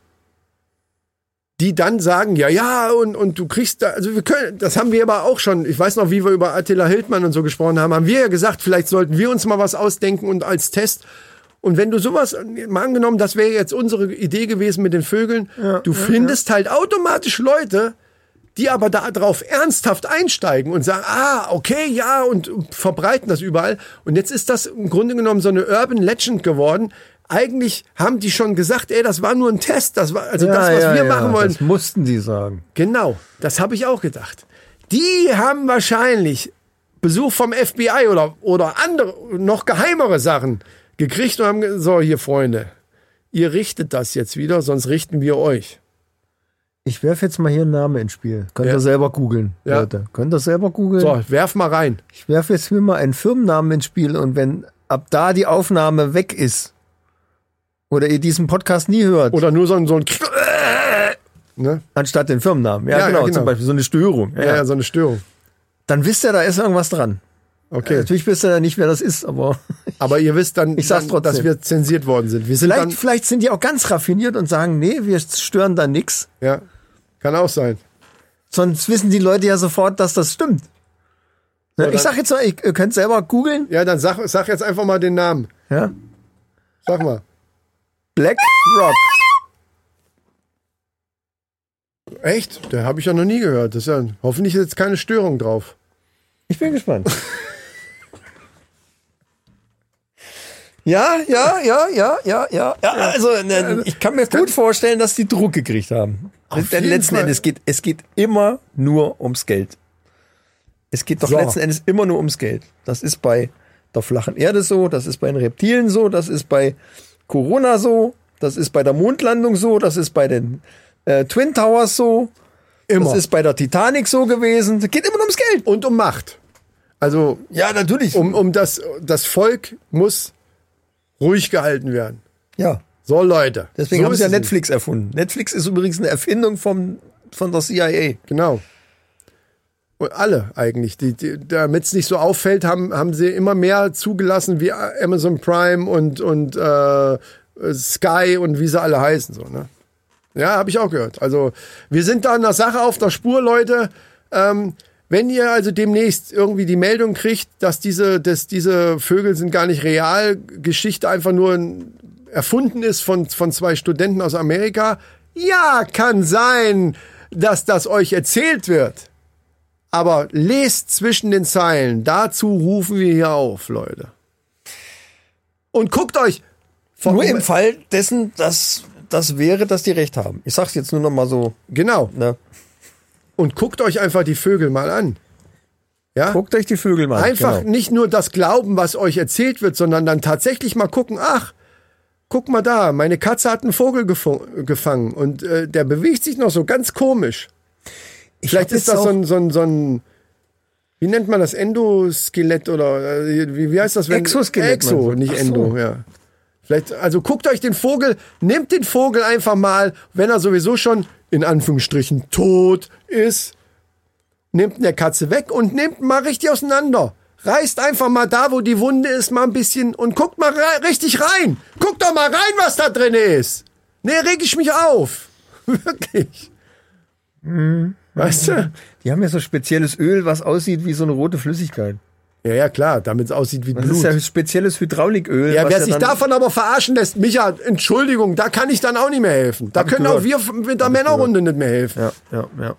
[SPEAKER 3] die dann sagen, ja, ja, und, und du kriegst da, also wir können, das haben wir aber auch schon, ich weiß noch, wie wir über Attila Hildmann und so gesprochen haben, haben wir ja gesagt, vielleicht sollten wir uns mal was ausdenken und als Test. Und wenn du sowas, mal angenommen, das wäre jetzt unsere Idee gewesen mit den Vögeln, du findest halt automatisch Leute, die aber darauf ernsthaft einsteigen und sagen, ah, okay, ja, und verbreiten das überall. Und jetzt ist das im Grunde genommen so eine Urban Legend geworden. Eigentlich haben die schon gesagt, ey, das war nur ein Test, das war, also das, was wir machen wollen,
[SPEAKER 2] Das mussten sie sagen.
[SPEAKER 3] Genau, das habe ich auch gedacht. Die haben wahrscheinlich Besuch vom FBI oder, oder andere, noch geheimere Sachen gekriegt und haben gesagt, so hier Freunde, ihr richtet das jetzt wieder, sonst richten wir euch.
[SPEAKER 2] Ich werfe jetzt mal hier einen Namen ins Spiel. Könnt
[SPEAKER 3] Ja.
[SPEAKER 2] ihr selber googeln,
[SPEAKER 3] Ja.
[SPEAKER 2] Leute. Könnt ihr selber googeln.
[SPEAKER 3] So, werf mal rein.
[SPEAKER 2] Ich werfe jetzt mir mal einen Firmennamen ins Spiel und wenn ab da die Aufnahme weg ist oder ihr diesen Podcast nie hört,
[SPEAKER 3] Oder nur so ein, so ein ne?
[SPEAKER 2] anstatt den Firmennamen, ja,
[SPEAKER 3] Ja, ja,
[SPEAKER 2] genau,
[SPEAKER 3] genau.
[SPEAKER 2] zum Beispiel so eine Störung,
[SPEAKER 3] ja, ja, so eine Störung.
[SPEAKER 2] dann wisst ihr, da ist irgendwas dran.
[SPEAKER 3] Okay,
[SPEAKER 2] Natürlich wisst ihr ja nicht, wer das ist, aber
[SPEAKER 3] aber ihr wisst dann,
[SPEAKER 2] Ich sag's
[SPEAKER 3] dann dass
[SPEAKER 2] trotzdem.
[SPEAKER 3] wir zensiert worden sind. Wir sind
[SPEAKER 2] vielleicht,
[SPEAKER 3] dann,
[SPEAKER 2] vielleicht sind die auch ganz raffiniert und sagen, nee, wir stören da nix.
[SPEAKER 3] ja, kann auch sein.
[SPEAKER 2] Sonst wissen die Leute ja sofort, dass das stimmt. Ne,
[SPEAKER 3] Oder-
[SPEAKER 2] ich sag jetzt mal, ihr ihr könnt selber googeln.
[SPEAKER 3] Ja, dann sag, sag jetzt einfach mal den Namen.
[SPEAKER 2] Ja?
[SPEAKER 3] Sag mal.
[SPEAKER 2] Black Rock.
[SPEAKER 3] Echt? Der habe ich ja noch nie gehört. Das ist ja, hoffentlich ist jetzt keine Störung drauf.
[SPEAKER 2] Ich bin gespannt. Ja, ja, ja, ja, ja, ja. ja also ne, ich kann mir gut vorstellen, dass die Druck gekriegt haben.
[SPEAKER 3] Auf
[SPEAKER 2] Denn
[SPEAKER 3] jeden
[SPEAKER 2] letzten
[SPEAKER 3] Fall.
[SPEAKER 2] Endes geht es geht immer nur ums Geld. Es geht doch
[SPEAKER 3] So.
[SPEAKER 2] letzten Endes immer nur ums Geld. Das ist bei der flachen Erde so, das ist bei den Reptilien so, das ist bei Corona so, das ist bei der Mondlandung so, das ist bei den äh, Twin Towers so.
[SPEAKER 3] Immer.
[SPEAKER 2] Das ist bei der Titanic so gewesen. Es geht immer nur ums Geld.
[SPEAKER 3] und um Macht. Also
[SPEAKER 2] Ja, natürlich.
[SPEAKER 3] um, um das, das Volk muss ruhig gehalten werden.
[SPEAKER 2] ja.
[SPEAKER 3] So, Leute.
[SPEAKER 2] Deswegen
[SPEAKER 3] so
[SPEAKER 2] haben sie ja
[SPEAKER 3] es nicht.
[SPEAKER 2] Netflix erfunden. Netflix ist übrigens eine Erfindung vom, von der CIA.
[SPEAKER 3] Genau. Und alle eigentlich. Die, die, Damit es nicht so auffällt, haben, haben sie immer mehr zugelassen wie Amazon Prime und, und äh, Sky und wie sie alle heißen. So, ne? Ja, habe ich auch gehört. Also wir sind da an der Sache auf der Spur, Leute. Ähm, wenn ihr also demnächst irgendwie die Meldung kriegt, dass diese, dass diese Vögel sind gar nicht real, Geschichte einfach nur ein, erfunden ist von, von zwei Studenten aus Amerika, ja, kann sein, dass das euch erzählt wird. Aber lest zwischen den Zeilen. Dazu rufen wir hier auf, Leute. Und guckt euch.
[SPEAKER 2] Nur im Fall dessen, dass das wäre, dass die recht haben. Ich sag's jetzt nur noch mal so.
[SPEAKER 3] Genau.
[SPEAKER 2] Ne?
[SPEAKER 3] Und guckt euch einfach die Vögel mal an. Ja?
[SPEAKER 2] Guckt euch die Vögel mal an.
[SPEAKER 3] einfach
[SPEAKER 2] Genau.
[SPEAKER 3] nicht nur das Glauben, was euch erzählt wird, sondern dann tatsächlich mal gucken, ach, guck mal da, meine Katze hat einen Vogel gefo- gefangen und äh, der bewegt sich noch so ganz komisch.
[SPEAKER 2] Ich
[SPEAKER 3] Vielleicht
[SPEAKER 2] hab
[SPEAKER 3] ist
[SPEAKER 2] jetzt
[SPEAKER 3] das so
[SPEAKER 2] auch-
[SPEAKER 3] ein, so, ein, so ein, wie nennt man das, Endoskelett oder äh, wie, wie heißt das?
[SPEAKER 2] Exoskelett,
[SPEAKER 3] Exo,
[SPEAKER 2] meinst du?
[SPEAKER 3] nicht
[SPEAKER 2] Ach
[SPEAKER 3] Endo,
[SPEAKER 2] so.
[SPEAKER 3] ja. Vielleicht, also guckt euch den Vogel, nehmt den Vogel einfach mal, wenn er sowieso schon in Anführungsstrichen tot ist, nehmt ihn der Katze weg und nehmt ihn mal richtig auseinander. Reißt einfach mal da, wo die Wunde ist, mal ein bisschen und guckt mal rei- richtig rein. Guckt doch mal rein, was da drin ist. Nee, reg ich mich auf. Wirklich.
[SPEAKER 2] Mhm.
[SPEAKER 3] Weißt du?
[SPEAKER 2] Die haben ja so spezielles Öl, was aussieht wie so eine rote Flüssigkeit.
[SPEAKER 3] Ja, ja, klar, damit es aussieht wie
[SPEAKER 2] Das
[SPEAKER 3] Blut.
[SPEAKER 2] ist ja spezielles Hydrauliköl.
[SPEAKER 3] Ja,
[SPEAKER 2] was
[SPEAKER 3] wer sich
[SPEAKER 2] dann-
[SPEAKER 3] davon aber verarschen lässt, Micha, Entschuldigung, da kann ich dann auch nicht mehr helfen. Da
[SPEAKER 2] Hab ich
[SPEAKER 3] können auch wir
[SPEAKER 2] gehört.
[SPEAKER 3] mit der Männerrunde nicht mehr helfen.
[SPEAKER 2] Ja, ja, ja.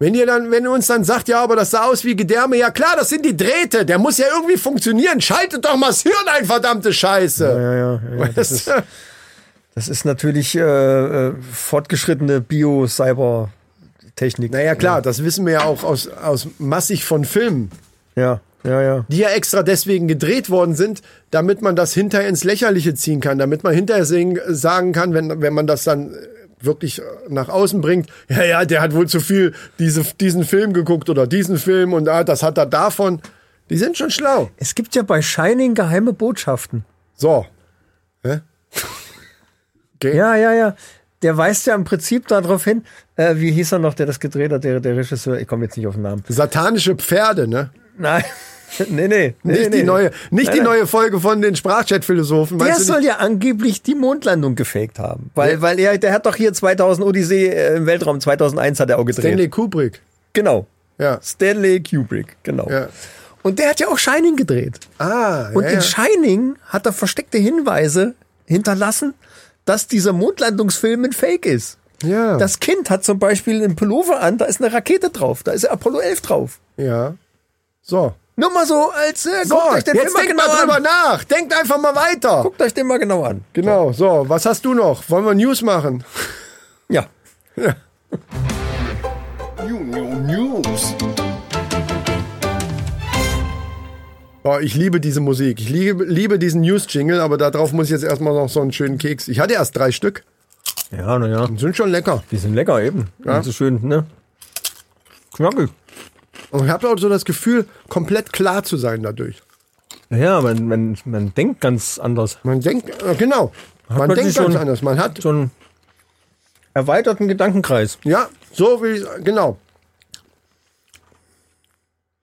[SPEAKER 3] Wenn ihr dann, wenn ihr uns dann sagt, ja, aber das sah aus wie Gedärme, ja klar, das sind die Drähte, der muss ja irgendwie funktionieren. Schaltet doch mal das Hirn ein, verdammte Scheiße.
[SPEAKER 2] Ja, ja, ja, ja. Das,
[SPEAKER 3] Weißt
[SPEAKER 2] ist,
[SPEAKER 3] du?
[SPEAKER 2] das ist natürlich äh, äh, fortgeschrittene Bio-Cyber-Technik.
[SPEAKER 3] naja, klar, das wissen wir ja auch aus, aus massig von Filmen,
[SPEAKER 2] Ja, ja, ja.
[SPEAKER 3] die ja extra deswegen gedreht worden sind, damit man das hinterher ins Lächerliche ziehen kann, damit man hinterher sehen, sagen kann, wenn, wenn man das dann äh, wirklich nach außen bringt, ja, ja, der hat wohl zu viel diese, diesen Film geguckt oder diesen Film und ah, das hat er davon. Die sind schon schlau.
[SPEAKER 2] Es gibt ja bei Shining geheime Botschaften.
[SPEAKER 3] So. Hä? Okay.
[SPEAKER 2] Ja, ja, ja. Der weist ja im Prinzip darauf hin, äh, wie hieß er noch, der das gedreht hat, der, der Regisseur, ich komme jetzt nicht auf den Namen.
[SPEAKER 3] Satanische Pferde, ne?
[SPEAKER 2] Nein, nee, nee. nee
[SPEAKER 3] Nicht
[SPEAKER 2] nee.
[SPEAKER 3] die neue, nicht
[SPEAKER 2] Nein,
[SPEAKER 3] die
[SPEAKER 2] nein.
[SPEAKER 3] neue Folge von den Sprachchat-Philosophen.
[SPEAKER 2] Der
[SPEAKER 3] weißt du
[SPEAKER 2] soll ja angeblich die Mondlandung gefaked haben. Weil, weil er, der hat doch hier 2000 Odyssee äh, im Weltraum, 2001 hat er auch gedreht.
[SPEAKER 3] Stanley Kubrick.
[SPEAKER 2] Genau.
[SPEAKER 3] Ja.
[SPEAKER 2] Stanley Kubrick, genau.
[SPEAKER 3] Ja.
[SPEAKER 2] Und der hat ja auch Shining gedreht.
[SPEAKER 3] Ah,
[SPEAKER 2] Und
[SPEAKER 3] ja,
[SPEAKER 2] in
[SPEAKER 3] ja.
[SPEAKER 2] Shining hat er versteckte Hinweise hinterlassen, dass dieser Mondlandungsfilm ein Fake ist.
[SPEAKER 3] Ja.
[SPEAKER 2] Das Kind hat zum Beispiel einen Pullover an, da ist eine Rakete drauf, da ist der Apollo 11 drauf.
[SPEAKER 3] ja. So.
[SPEAKER 2] Nur mal so als, äh,
[SPEAKER 3] So,
[SPEAKER 2] guckt euch den Film
[SPEAKER 3] jetzt
[SPEAKER 2] mal
[SPEAKER 3] denkt
[SPEAKER 2] genau
[SPEAKER 3] mal drüber
[SPEAKER 2] an.
[SPEAKER 3] nach. Denkt einfach mal weiter.
[SPEAKER 2] Guckt euch den mal genau an.
[SPEAKER 3] Genau, so. Was hast du noch? Wollen wir News machen?
[SPEAKER 2] Ja.
[SPEAKER 3] Oh, ich liebe diese Musik. Ich liebe, liebe diesen News-Jingle, aber darauf muss ich jetzt erstmal noch so einen schönen Keks. Ich hatte erst drei Stück.
[SPEAKER 2] Ja, naja.
[SPEAKER 3] Sind schon lecker.
[SPEAKER 2] Die sind lecker eben. Ja. So schön, ne? Knackig.
[SPEAKER 3] Und ich habe auch so das Gefühl, komplett klar zu sein dadurch.
[SPEAKER 2] Ja, man, man, man denkt ganz anders.
[SPEAKER 3] Man denkt, äh, genau. Man,
[SPEAKER 2] man
[SPEAKER 3] denkt
[SPEAKER 2] sich schon-
[SPEAKER 3] ganz anders. Man hat
[SPEAKER 2] So einen erweiterten Gedankenkreis.
[SPEAKER 3] Ja, so wie genau.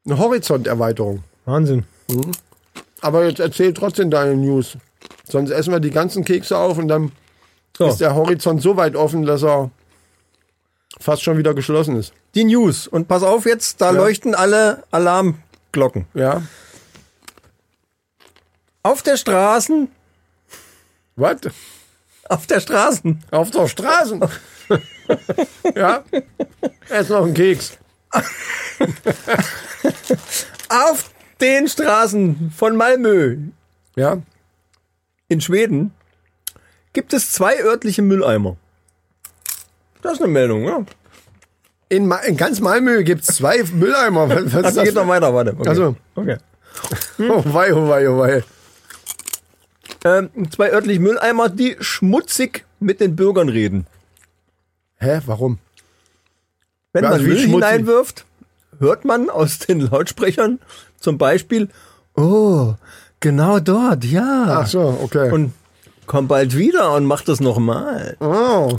[SPEAKER 3] Eine Horizonterweiterung.
[SPEAKER 2] Wahnsinn.
[SPEAKER 3] Aber jetzt erzähl trotzdem deine News. Sonst essen wir die ganzen Kekse auf und dann
[SPEAKER 2] So.
[SPEAKER 3] ist der Horizont so weit offen, dass er fast schon wieder geschlossen ist.
[SPEAKER 2] die News. Und pass auf jetzt, da
[SPEAKER 3] Ja.
[SPEAKER 2] leuchten alle Alarmglocken.
[SPEAKER 3] Ja.
[SPEAKER 2] Auf der Straßen,
[SPEAKER 3] Was?
[SPEAKER 2] auf der Straßen,
[SPEAKER 3] Auf der Straße. ja. Ess noch einen Keks.
[SPEAKER 2] auf den Straßen von Malmö
[SPEAKER 3] Ja.
[SPEAKER 2] in Schweden gibt es zwei örtliche Mülleimer. Das ist eine Meldung, ja.
[SPEAKER 3] In, Ma in ganz Malmö gibt's zwei Mülleimer. Was, was
[SPEAKER 2] Ach,
[SPEAKER 3] ist
[SPEAKER 2] die
[SPEAKER 3] das?
[SPEAKER 2] geht noch weiter, warte. Okay.
[SPEAKER 3] Also.
[SPEAKER 2] okay.
[SPEAKER 3] Oh wei, oh wei, oh wei.
[SPEAKER 2] Ähm, zwei örtliche Mülleimer, die schmutzig mit den Bürgern reden.
[SPEAKER 3] Hä, warum?
[SPEAKER 2] Wenn
[SPEAKER 3] Ja,
[SPEAKER 2] man
[SPEAKER 3] also wie
[SPEAKER 2] Müll
[SPEAKER 3] schmutzig.
[SPEAKER 2] hineinwirft, hört man aus den Lautsprechern zum Beispiel, oh, genau dort, ja.
[SPEAKER 3] Ach so, okay.
[SPEAKER 2] Und kommt bald wieder und macht das nochmal.
[SPEAKER 3] oh.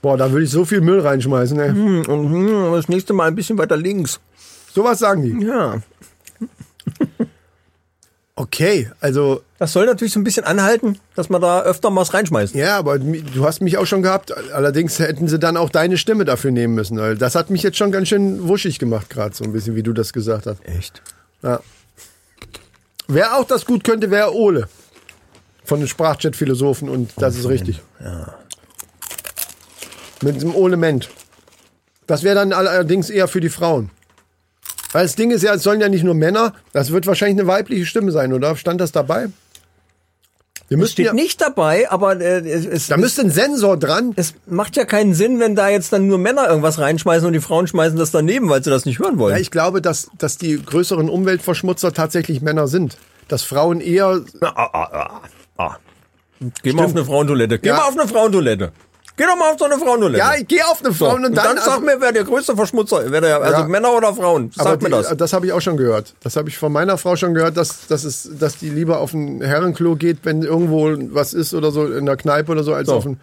[SPEAKER 3] Boah, da würde ich so viel Müll reinschmeißen, ey.
[SPEAKER 2] Hm, Und hm, das nächste Mal ein bisschen weiter links.
[SPEAKER 3] Sowas sagen die.
[SPEAKER 2] Ja.
[SPEAKER 3] Okay, also,
[SPEAKER 2] Das soll natürlich so ein bisschen anhalten, dass man da öfter mal was reinschmeißt.
[SPEAKER 3] ja, aber mi- du hast mich auch schon gehabt. Allerdings hätten sie dann auch deine Stimme dafür nehmen müssen, weil das hat mich jetzt schon ganz schön wuschig gemacht, gerade so ein bisschen, wie du das gesagt hast.
[SPEAKER 2] Echt?
[SPEAKER 3] Ja. Wer auch das gut könnte, wäre Ole. Von den Sprachchat-Philosophen und das ist richtig. Mit diesem Ole-Ment. Das wäre dann allerdings eher für die Frauen. Weil das Ding ist ja, es sollen ja nicht nur Männer, das wird wahrscheinlich eine weibliche Stimme sein, oder? Stand das dabei? Wir
[SPEAKER 2] Das
[SPEAKER 3] müssten
[SPEAKER 2] steht
[SPEAKER 3] ja,
[SPEAKER 2] nicht dabei, aber äh, es, es,
[SPEAKER 3] da müsste ein Sensor dran.
[SPEAKER 2] es macht ja keinen Sinn, wenn da jetzt dann nur Männer irgendwas reinschmeißen und die Frauen schmeißen das daneben, weil sie das nicht hören wollen.
[SPEAKER 3] Ja, ich glaube, dass, dass die größeren Umweltverschmutzer tatsächlich Männer sind. Dass Frauen eher
[SPEAKER 2] Ah, ah, ah, ah. Geh mal auf eine Frauentoilette. Geh
[SPEAKER 3] Ja.
[SPEAKER 2] mal auf eine Frauentoilette. Geh doch mal auf so eine Frauentoilette.
[SPEAKER 3] Ja, ich geh auf eine Frauen und dann-
[SPEAKER 2] sag mir, wer der größte Verschmutzer ist. Wer der, also
[SPEAKER 3] Ja.
[SPEAKER 2] Männer oder Frauen. Sag
[SPEAKER 3] Aber
[SPEAKER 2] mir
[SPEAKER 3] die, also,
[SPEAKER 2] das.
[SPEAKER 3] das habe ich auch schon gehört. Das habe ich von meiner Frau schon gehört, dass, dass, es, dass die lieber auf ein Herrenklo geht, wenn irgendwo was ist oder so, in der Kneipe oder so, als
[SPEAKER 2] So.
[SPEAKER 3] auf ein.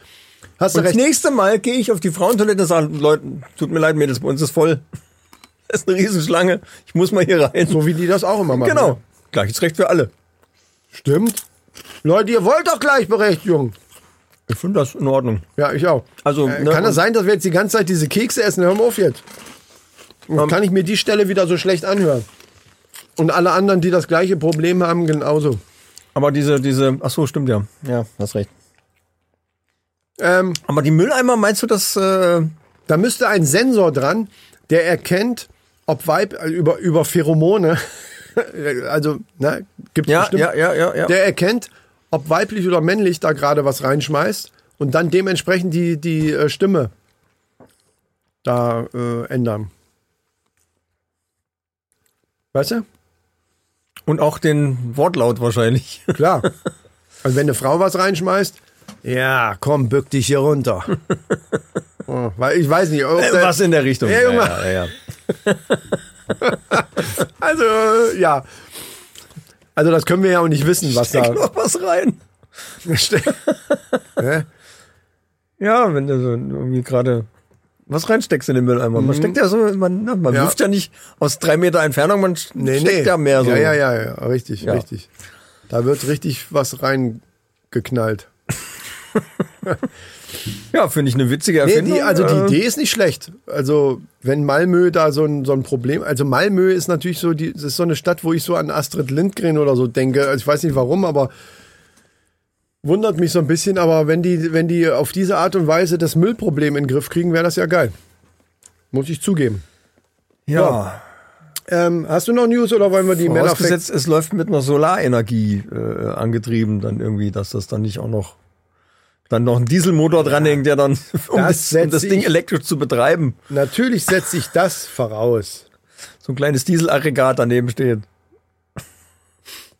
[SPEAKER 3] Hast du
[SPEAKER 2] Und das
[SPEAKER 3] recht?
[SPEAKER 2] nächste Mal gehe ich auf die Frauentoilette und sage, Leute, tut mir leid, Mädels, bei uns ist voll. Das ist eine Riesenschlange. Ich muss mal hier rein.
[SPEAKER 3] So wie die das auch immer machen.
[SPEAKER 2] genau.
[SPEAKER 3] ne?
[SPEAKER 2] Gleiches Recht für alle.
[SPEAKER 3] Stimmt. Leute, ihr wollt doch Gleichberechtigung.
[SPEAKER 2] Ich finde das in Ordnung.
[SPEAKER 3] Ja, ich auch.
[SPEAKER 2] Also,
[SPEAKER 3] äh,
[SPEAKER 2] ne,
[SPEAKER 3] kann
[SPEAKER 2] und-
[SPEAKER 3] das sein, dass wir jetzt die ganze Zeit diese Kekse essen? Hör mal auf jetzt. Und
[SPEAKER 2] Ähm,
[SPEAKER 3] kann ich mir die Stelle wieder so schlecht anhören? Und alle anderen, die das gleiche Problem haben, genauso.
[SPEAKER 2] Aber diese, diese, ach so, stimmt ja. Ja, hast recht.
[SPEAKER 3] Ähm,
[SPEAKER 2] Aber die Mülleimer, meinst du, dass, äh,
[SPEAKER 3] Da müsste ein Sensor dran, der erkennt, ob Weib also über, über Pheromone, also ne, gibt
[SPEAKER 2] ja,
[SPEAKER 3] bestimmt,
[SPEAKER 2] ja, ja, ja, ja.
[SPEAKER 3] der erkennt, ob weiblich oder männlich da gerade was reinschmeißt und dann dementsprechend die, die äh, Stimme da äh, ändern. Weißt du?
[SPEAKER 2] Und auch den Wortlaut wahrscheinlich.
[SPEAKER 3] Klar. Also wenn eine Frau was reinschmeißt, ja, komm, bück dich hier runter. oh, weil ich weiß nicht, ob der-
[SPEAKER 2] Äh, Was in der Richtung.
[SPEAKER 3] Ja, Junge.
[SPEAKER 2] ja, ja, ja.
[SPEAKER 3] Also, äh, ja. Also, das können wir ja auch nicht wissen, was
[SPEAKER 2] Steck
[SPEAKER 3] da.
[SPEAKER 2] noch was rein.
[SPEAKER 3] Hä?
[SPEAKER 2] Ja, wenn du so irgendwie gerade was reinsteckst in den Mülleimer. Man steckt ja so, man, na, man
[SPEAKER 3] Ja.
[SPEAKER 2] wirft Mhm. ja nicht aus drei Meter Entfernung, man sch- steckt ja mehr so.
[SPEAKER 3] Ja, ja, ja, ja. richtig,
[SPEAKER 2] Ja.
[SPEAKER 3] richtig. Da wird richtig was reingeknallt.
[SPEAKER 2] Ja, finde ich eine witzige
[SPEAKER 3] Nee,
[SPEAKER 2] Erfindung.
[SPEAKER 3] die, also die
[SPEAKER 2] äh,
[SPEAKER 3] Idee ist nicht schlecht. Also, wenn Malmö da so ein, so ein Problem, also Malmö ist natürlich so, die, das ist so eine Stadt, wo ich so an Astrid Lindgren oder so denke. Also ich weiß nicht warum, aber wundert mich so ein bisschen. Aber wenn die, wenn die auf diese Art und Weise das Müllproblem in den Griff kriegen, wäre das ja geil. Muss ich zugeben.
[SPEAKER 2] Äh, ja,
[SPEAKER 3] Ähm, hast du noch News oder wollen wir die Männerfacts?
[SPEAKER 2] vorausgesetzt, es läuft mit einer Solarenergie äh, angetrieben, dann irgendwie, dass das dann nicht auch noch dann noch ein Dieselmotor dranhängt, der dann, um
[SPEAKER 3] Das
[SPEAKER 2] das, um das
[SPEAKER 3] setze
[SPEAKER 2] Ding
[SPEAKER 3] ich-
[SPEAKER 2] elektrisch zu betreiben,
[SPEAKER 3] Natürlich setze ich das voraus.
[SPEAKER 2] so ein kleines Dieselaggregat daneben steht.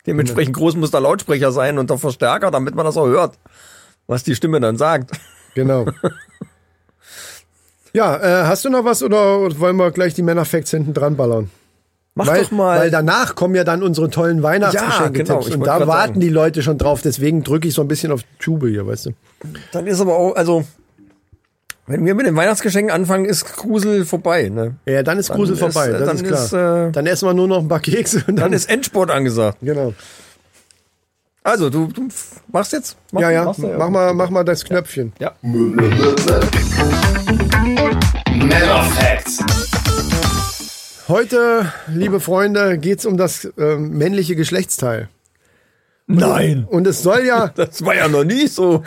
[SPEAKER 2] Dementsprechend groß muss der Lautsprecher sein und der Verstärker, damit man das auch hört, was die Stimme dann sagt.
[SPEAKER 3] Genau. ja, äh, hast du noch was oder wollen wir gleich die Männerfacts hinten dran ballern?
[SPEAKER 2] Mach
[SPEAKER 3] weil,
[SPEAKER 2] doch mal.
[SPEAKER 3] weil danach kommen ja dann unsere tollen Weihnachtsgeschenke.
[SPEAKER 2] genau, ich
[SPEAKER 3] und
[SPEAKER 2] wollte
[SPEAKER 3] da
[SPEAKER 2] grad
[SPEAKER 3] warten
[SPEAKER 2] sagen.
[SPEAKER 3] die Leute schon drauf. Deswegen drücke ich so ein bisschen auf die Tube hier, weißt du.
[SPEAKER 2] dann ist aber auch, also, wenn wir mit den Weihnachtsgeschenken anfangen, ist Grusel vorbei, ne?
[SPEAKER 3] Ja, dann ist
[SPEAKER 2] Dann
[SPEAKER 3] Grusel
[SPEAKER 2] ist,
[SPEAKER 3] vorbei.
[SPEAKER 2] äh,
[SPEAKER 3] Das
[SPEAKER 2] dann
[SPEAKER 3] ist klar.
[SPEAKER 2] ist, äh,
[SPEAKER 3] dann essen wir nur noch ein paar Kekse und dann,
[SPEAKER 2] Dann ist Endsport angesagt.
[SPEAKER 3] genau.
[SPEAKER 2] Also, du, du machst jetzt? Mach,
[SPEAKER 3] Ja, ja.
[SPEAKER 2] machst du
[SPEAKER 3] Mach mal, mach mal das Knöpfchen.
[SPEAKER 5] Männer Facts.
[SPEAKER 3] Heute, liebe Freunde, geht's um das ähm, männliche Geschlechtsteil.
[SPEAKER 2] Nein!
[SPEAKER 3] Und es soll ja
[SPEAKER 2] Das war ja noch nie so.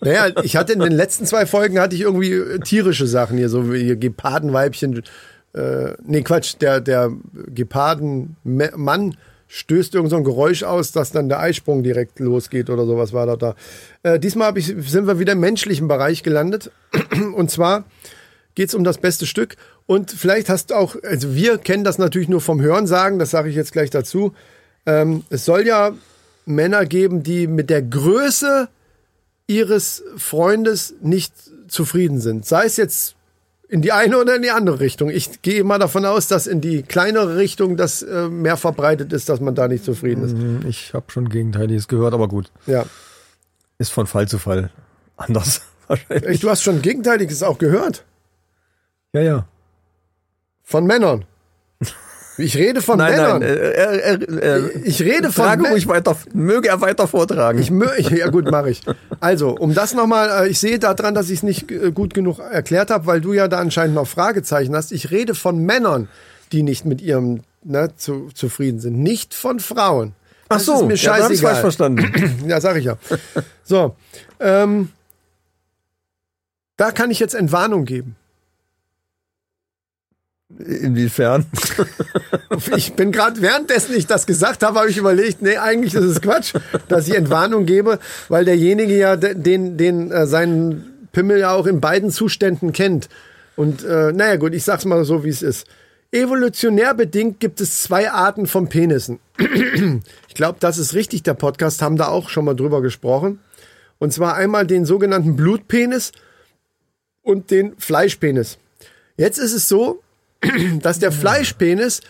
[SPEAKER 3] Naja, ich hatte in den letzten zwei Folgen hatte ich irgendwie äh, tierische Sachen hier, so wie hier Gepardenweibchen. Äh, nee, Quatsch, der, der Gepardenmann stößt irgend so ein Geräusch aus, dass dann der Eisprung direkt losgeht oder sowas war da da. Äh, diesmal hab ich, sind wir wieder im menschlichen Bereich gelandet. Und zwar geht's um das beste Stück. Und vielleicht hast du auch, also wir kennen das natürlich nur vom Hörensagen, das sage ich jetzt gleich dazu. Ähm, es soll ja Männer geben, die mit der Größe ihres Freundes nicht zufrieden sind. Sei es jetzt in die eine oder in die andere Richtung. Ich gehe mal davon aus, dass in die kleinere Richtung das äh, mehr verbreitet ist, dass man da nicht zufrieden
[SPEAKER 6] Mhm.
[SPEAKER 3] ist.
[SPEAKER 6] Hm, Ich habe schon Gegenteiliges gehört, aber gut.
[SPEAKER 3] Ja.
[SPEAKER 6] Ist von Fall zu Fall anders wahrscheinlich.
[SPEAKER 3] Echt, Du hast schon Gegenteiliges auch gehört.
[SPEAKER 6] Ja, ja.
[SPEAKER 3] Von Männern. Ich rede von
[SPEAKER 6] Nein,
[SPEAKER 3] Männern.
[SPEAKER 6] nein. Äh, er, er, er,
[SPEAKER 3] ich rede von
[SPEAKER 6] Frage
[SPEAKER 3] Männern.
[SPEAKER 6] ruhig weiter, möge er weiter vortragen.
[SPEAKER 3] Ich mö- ja gut, mache ich. Also, um das nochmal, ich sehe daran, dass ich es nicht äh, gut genug erklärt habe, weil du ja da anscheinend noch Fragezeichen hast. Ich rede von Männern, die nicht mit ihrem ne, zu, zufrieden sind, nicht von Frauen. Das ist mir
[SPEAKER 6] ja, dann hab ich's falsch
[SPEAKER 3] scheißegal.
[SPEAKER 6] verstanden.
[SPEAKER 3] Ja, sag ich ja. So, ähm, da kann ich jetzt Entwarnung geben.
[SPEAKER 6] Inwiefern?
[SPEAKER 3] Ich bin gerade währenddessen ich das gesagt habe, habe ich überlegt, nee, eigentlich ist es Quatsch, dass ich Entwarnung gebe, weil derjenige ja de- den, den äh, seinen Pimmel ja auch in beiden Zuständen kennt. Und äh, naja gut, ich sag's mal so, wie es ist. Evolutionär bedingt gibt es zwei Arten von Penissen. Ich glaube, das ist richtig, der Podcast, haben da auch schon mal drüber gesprochen. Und zwar einmal den sogenannten Blutpenis und den Fleischpenis. Jetzt ist es so, dass der Fleischpenis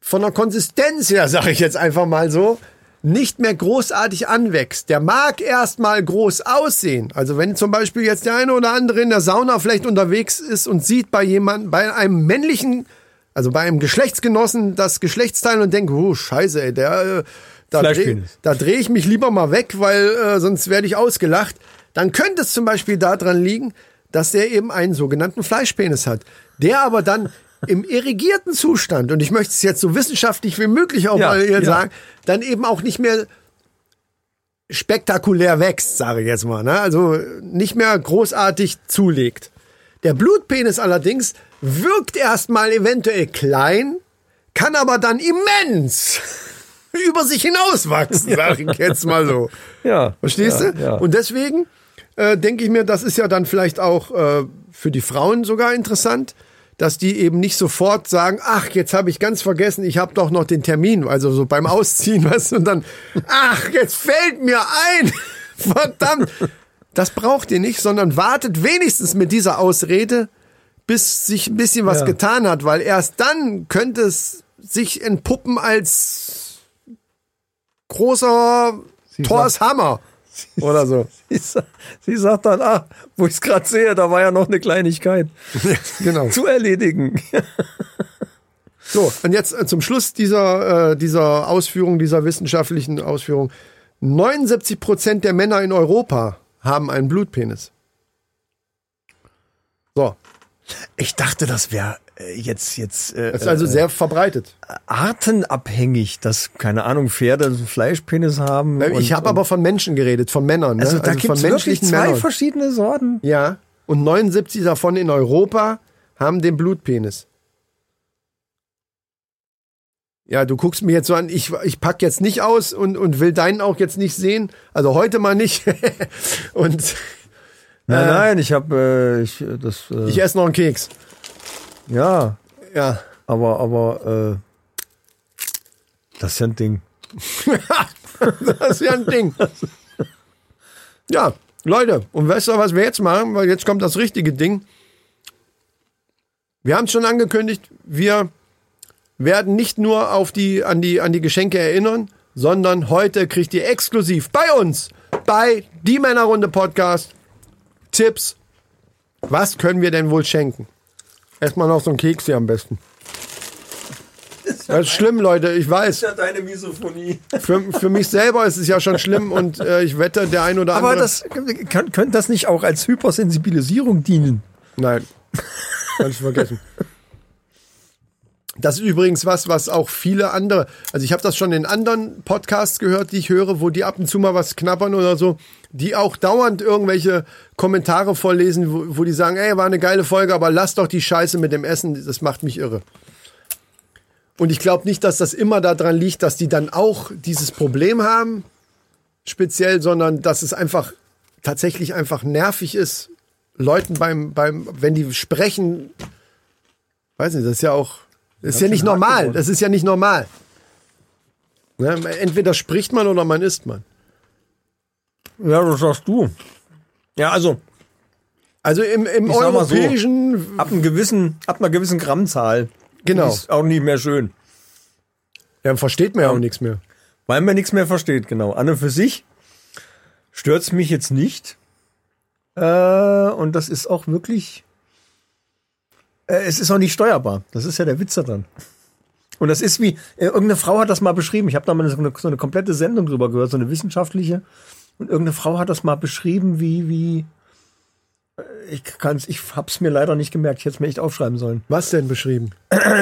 [SPEAKER 3] von der Konsistenz her, sage ich jetzt einfach mal so, nicht mehr großartig anwächst. Der mag erstmal groß aussehen. Also wenn zum Beispiel jetzt der eine oder andere in der Sauna vielleicht unterwegs ist und sieht bei jemandem, bei einem männlichen, also bei einem Geschlechtsgenossen das Geschlechtsteil und denkt, oh scheiße, ey, der, äh, da drehe
[SPEAKER 6] Fleischpenis.
[SPEAKER 3] dreh ich mich lieber mal weg, weil äh, sonst werde ich ausgelacht. Dann könnte es zum Beispiel daran liegen, dass der eben einen sogenannten Fleischpenis hat. Der aber dann im irrigierten Zustand, und ich möchte es jetzt so wissenschaftlich wie möglich auch
[SPEAKER 6] Ja,
[SPEAKER 3] mal hier
[SPEAKER 6] ja.
[SPEAKER 3] sagen, dann eben auch nicht mehr spektakulär wächst, sage ich jetzt mal. Ne? Also nicht mehr großartig zulegt. Der Blutpenis allerdings wirkt erstmal eventuell klein, kann aber dann immens über sich hinauswachsen, sage ich jetzt mal so.
[SPEAKER 6] Ja.
[SPEAKER 3] Verstehst
[SPEAKER 6] ja,
[SPEAKER 3] du?
[SPEAKER 6] Ja.
[SPEAKER 3] Und deswegen äh, denke ich mir, das ist ja dann vielleicht auch äh, für die Frauen sogar interessant, dass die eben nicht sofort sagen, ach, jetzt habe ich ganz vergessen, ich habe doch noch den Termin, also so beim Ausziehen, weißt du, und dann, ach, jetzt fällt mir ein, verdammt. Das braucht ihr nicht, sondern wartet wenigstens mit dieser Ausrede, bis sich ein bisschen was
[SPEAKER 6] Ja.
[SPEAKER 3] getan hat, weil erst dann könnte es sich entpuppen als großer Thors Hammer oder so.
[SPEAKER 6] sie, sa- sie sagt dann, ah, wo ich es gerade sehe, da war ja noch eine Kleinigkeit
[SPEAKER 3] Genau.
[SPEAKER 6] zu erledigen.
[SPEAKER 3] So, und jetzt äh, zum Schluss dieser, äh, dieser Ausführung, dieser wissenschaftlichen Ausführung. 79 Prozent der Männer in Europa haben einen Blutpenis. So,
[SPEAKER 6] Ich dachte, das wäre äh, jetzt, jetzt
[SPEAKER 3] das
[SPEAKER 6] äh,
[SPEAKER 3] ist also sehr verbreitet.
[SPEAKER 6] artenabhängig, dass, keine Ahnung, Pferde so einen Fleischpenis haben.
[SPEAKER 3] ich habe aber von Menschen geredet, von Männern. Ne?
[SPEAKER 6] äh, Also da gibt's
[SPEAKER 3] von
[SPEAKER 6] wirklich
[SPEAKER 3] menschlichen
[SPEAKER 6] zwei
[SPEAKER 3] Männern.
[SPEAKER 6] verschiedene Sorten.
[SPEAKER 3] Ja, und 79 davon in Europa haben den Blutpenis. Ja, du guckst mir jetzt so an, ich, ich pack jetzt nicht aus und, und will deinen auch jetzt nicht sehen. Also heute mal nicht. und
[SPEAKER 6] Nein, nein, ich habe, äh, ich, äh, das, äh,
[SPEAKER 3] ich esse noch einen Keks.
[SPEAKER 6] ja,
[SPEAKER 3] Ja.
[SPEAKER 6] aber, aber, äh, das ist ja ein Ding.
[SPEAKER 3] Das ist ja ein Ding. Ja, Leute, und weißt du, was wir jetzt machen? Weil jetzt kommt das richtige Ding. Wir haben es schon angekündigt, wir werden nicht nur auf die, an, die, an die Geschenke erinnern, sondern heute kriegt ihr exklusiv bei uns, bei Die Männerrunde Podcast, Tipps. Was können wir denn wohl schenken? Erstmal noch so einen Keks hier am besten. Das ist schlimm, Leute, ich weiß.
[SPEAKER 6] ja deine Misophonie.
[SPEAKER 3] Für, für mich selber ist es ja schon schlimm und äh, ich wette, der ein oder andere.
[SPEAKER 6] Aber das, Also, kann, könnte das nicht auch als Hypersensibilisierung dienen?
[SPEAKER 3] Nein. Kann ich vergessen. Das ist übrigens was, was auch viele andere. Also ich habe das schon in anderen Podcasts gehört, die ich höre, wo die ab und zu mal was knabbern oder so, die auch dauernd irgendwelche Kommentare vorlesen, wo, wo die sagen, ey, war eine geile Folge, aber lass doch die Scheiße mit dem Essen, das macht mich irre. Und ich glaube nicht, dass das immer daran liegt, dass die dann auch dieses Problem haben, speziell, sondern dass es einfach tatsächlich einfach nervig ist, Leuten beim, beim, wenn die sprechen, weiß nicht, das ist ja auch, das ist ja nicht normal, das ist ja nicht normal. Ne? Entweder spricht man oder man isst man.
[SPEAKER 2] Ja, das sagst du. Ja, also
[SPEAKER 3] Also im, im
[SPEAKER 2] Ich sag mal so.
[SPEAKER 3] europäischen,
[SPEAKER 2] ab, einem gewissen, ab einer gewissen Grammzahl.
[SPEAKER 3] Genau.
[SPEAKER 2] Ist auch nicht mehr schön.
[SPEAKER 3] ja, versteht man ja auch nichts mehr.
[SPEAKER 2] Weil man nichts mehr versteht, genau. An und für sich stört's mich jetzt nicht. Äh, und das ist auch wirklich. Äh, es ist auch nicht steuerbar. Das ist ja der Witz daran. Und das ist wie, äh, irgendeine Frau hat das mal beschrieben. Ich habe da mal so eine, so eine komplette Sendung drüber gehört, so eine wissenschaftliche. Und irgendeine Frau hat das mal beschrieben, wie, wie. äh, Ich kann's, ich hab's mir leider nicht gemerkt. Ich hätte es mir echt aufschreiben sollen.
[SPEAKER 3] Was denn beschrieben?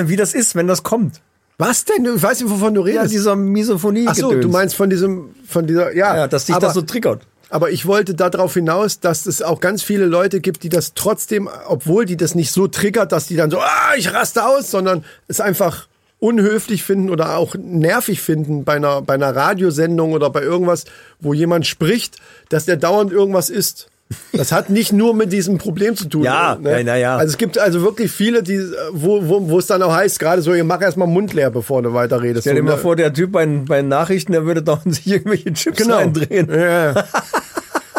[SPEAKER 2] Wie das ist, wenn das kommt.
[SPEAKER 3] Was denn? Ich weiß nicht, wovon du
[SPEAKER 2] Ja,
[SPEAKER 3] redest.
[SPEAKER 2] dieser Misophonie.
[SPEAKER 3] Ach so, du meinst von diesem, von dieser, ja.
[SPEAKER 2] ja, dass dich
[SPEAKER 3] aber,
[SPEAKER 2] das so triggert.
[SPEAKER 3] Aber ich wollte darauf hinaus, dass es auch ganz viele Leute gibt, die das trotzdem, obwohl die das nicht so triggert, dass die dann so, ah, ich raste aus, sondern es einfach unhöflich finden oder auch nervig finden bei einer, bei einer Radiosendung oder bei irgendwas, wo jemand spricht, dass der dauernd irgendwas isst. Das hat nicht nur mit diesem Problem zu tun.
[SPEAKER 2] Ja, ja, na ja.
[SPEAKER 3] Also es gibt also wirklich viele, die, äh, wo, wo, wo es dann auch heißt, gerade so, ihr mach erstmal Mund leer, bevor du weiterredest.
[SPEAKER 2] Stell dir
[SPEAKER 3] So,
[SPEAKER 2] mal
[SPEAKER 3] ne?
[SPEAKER 2] vor, der Typ bei, bei Nachrichten, der würde da sich irgendwelche Chips
[SPEAKER 3] Genau.
[SPEAKER 2] reindrehen.
[SPEAKER 3] Ja.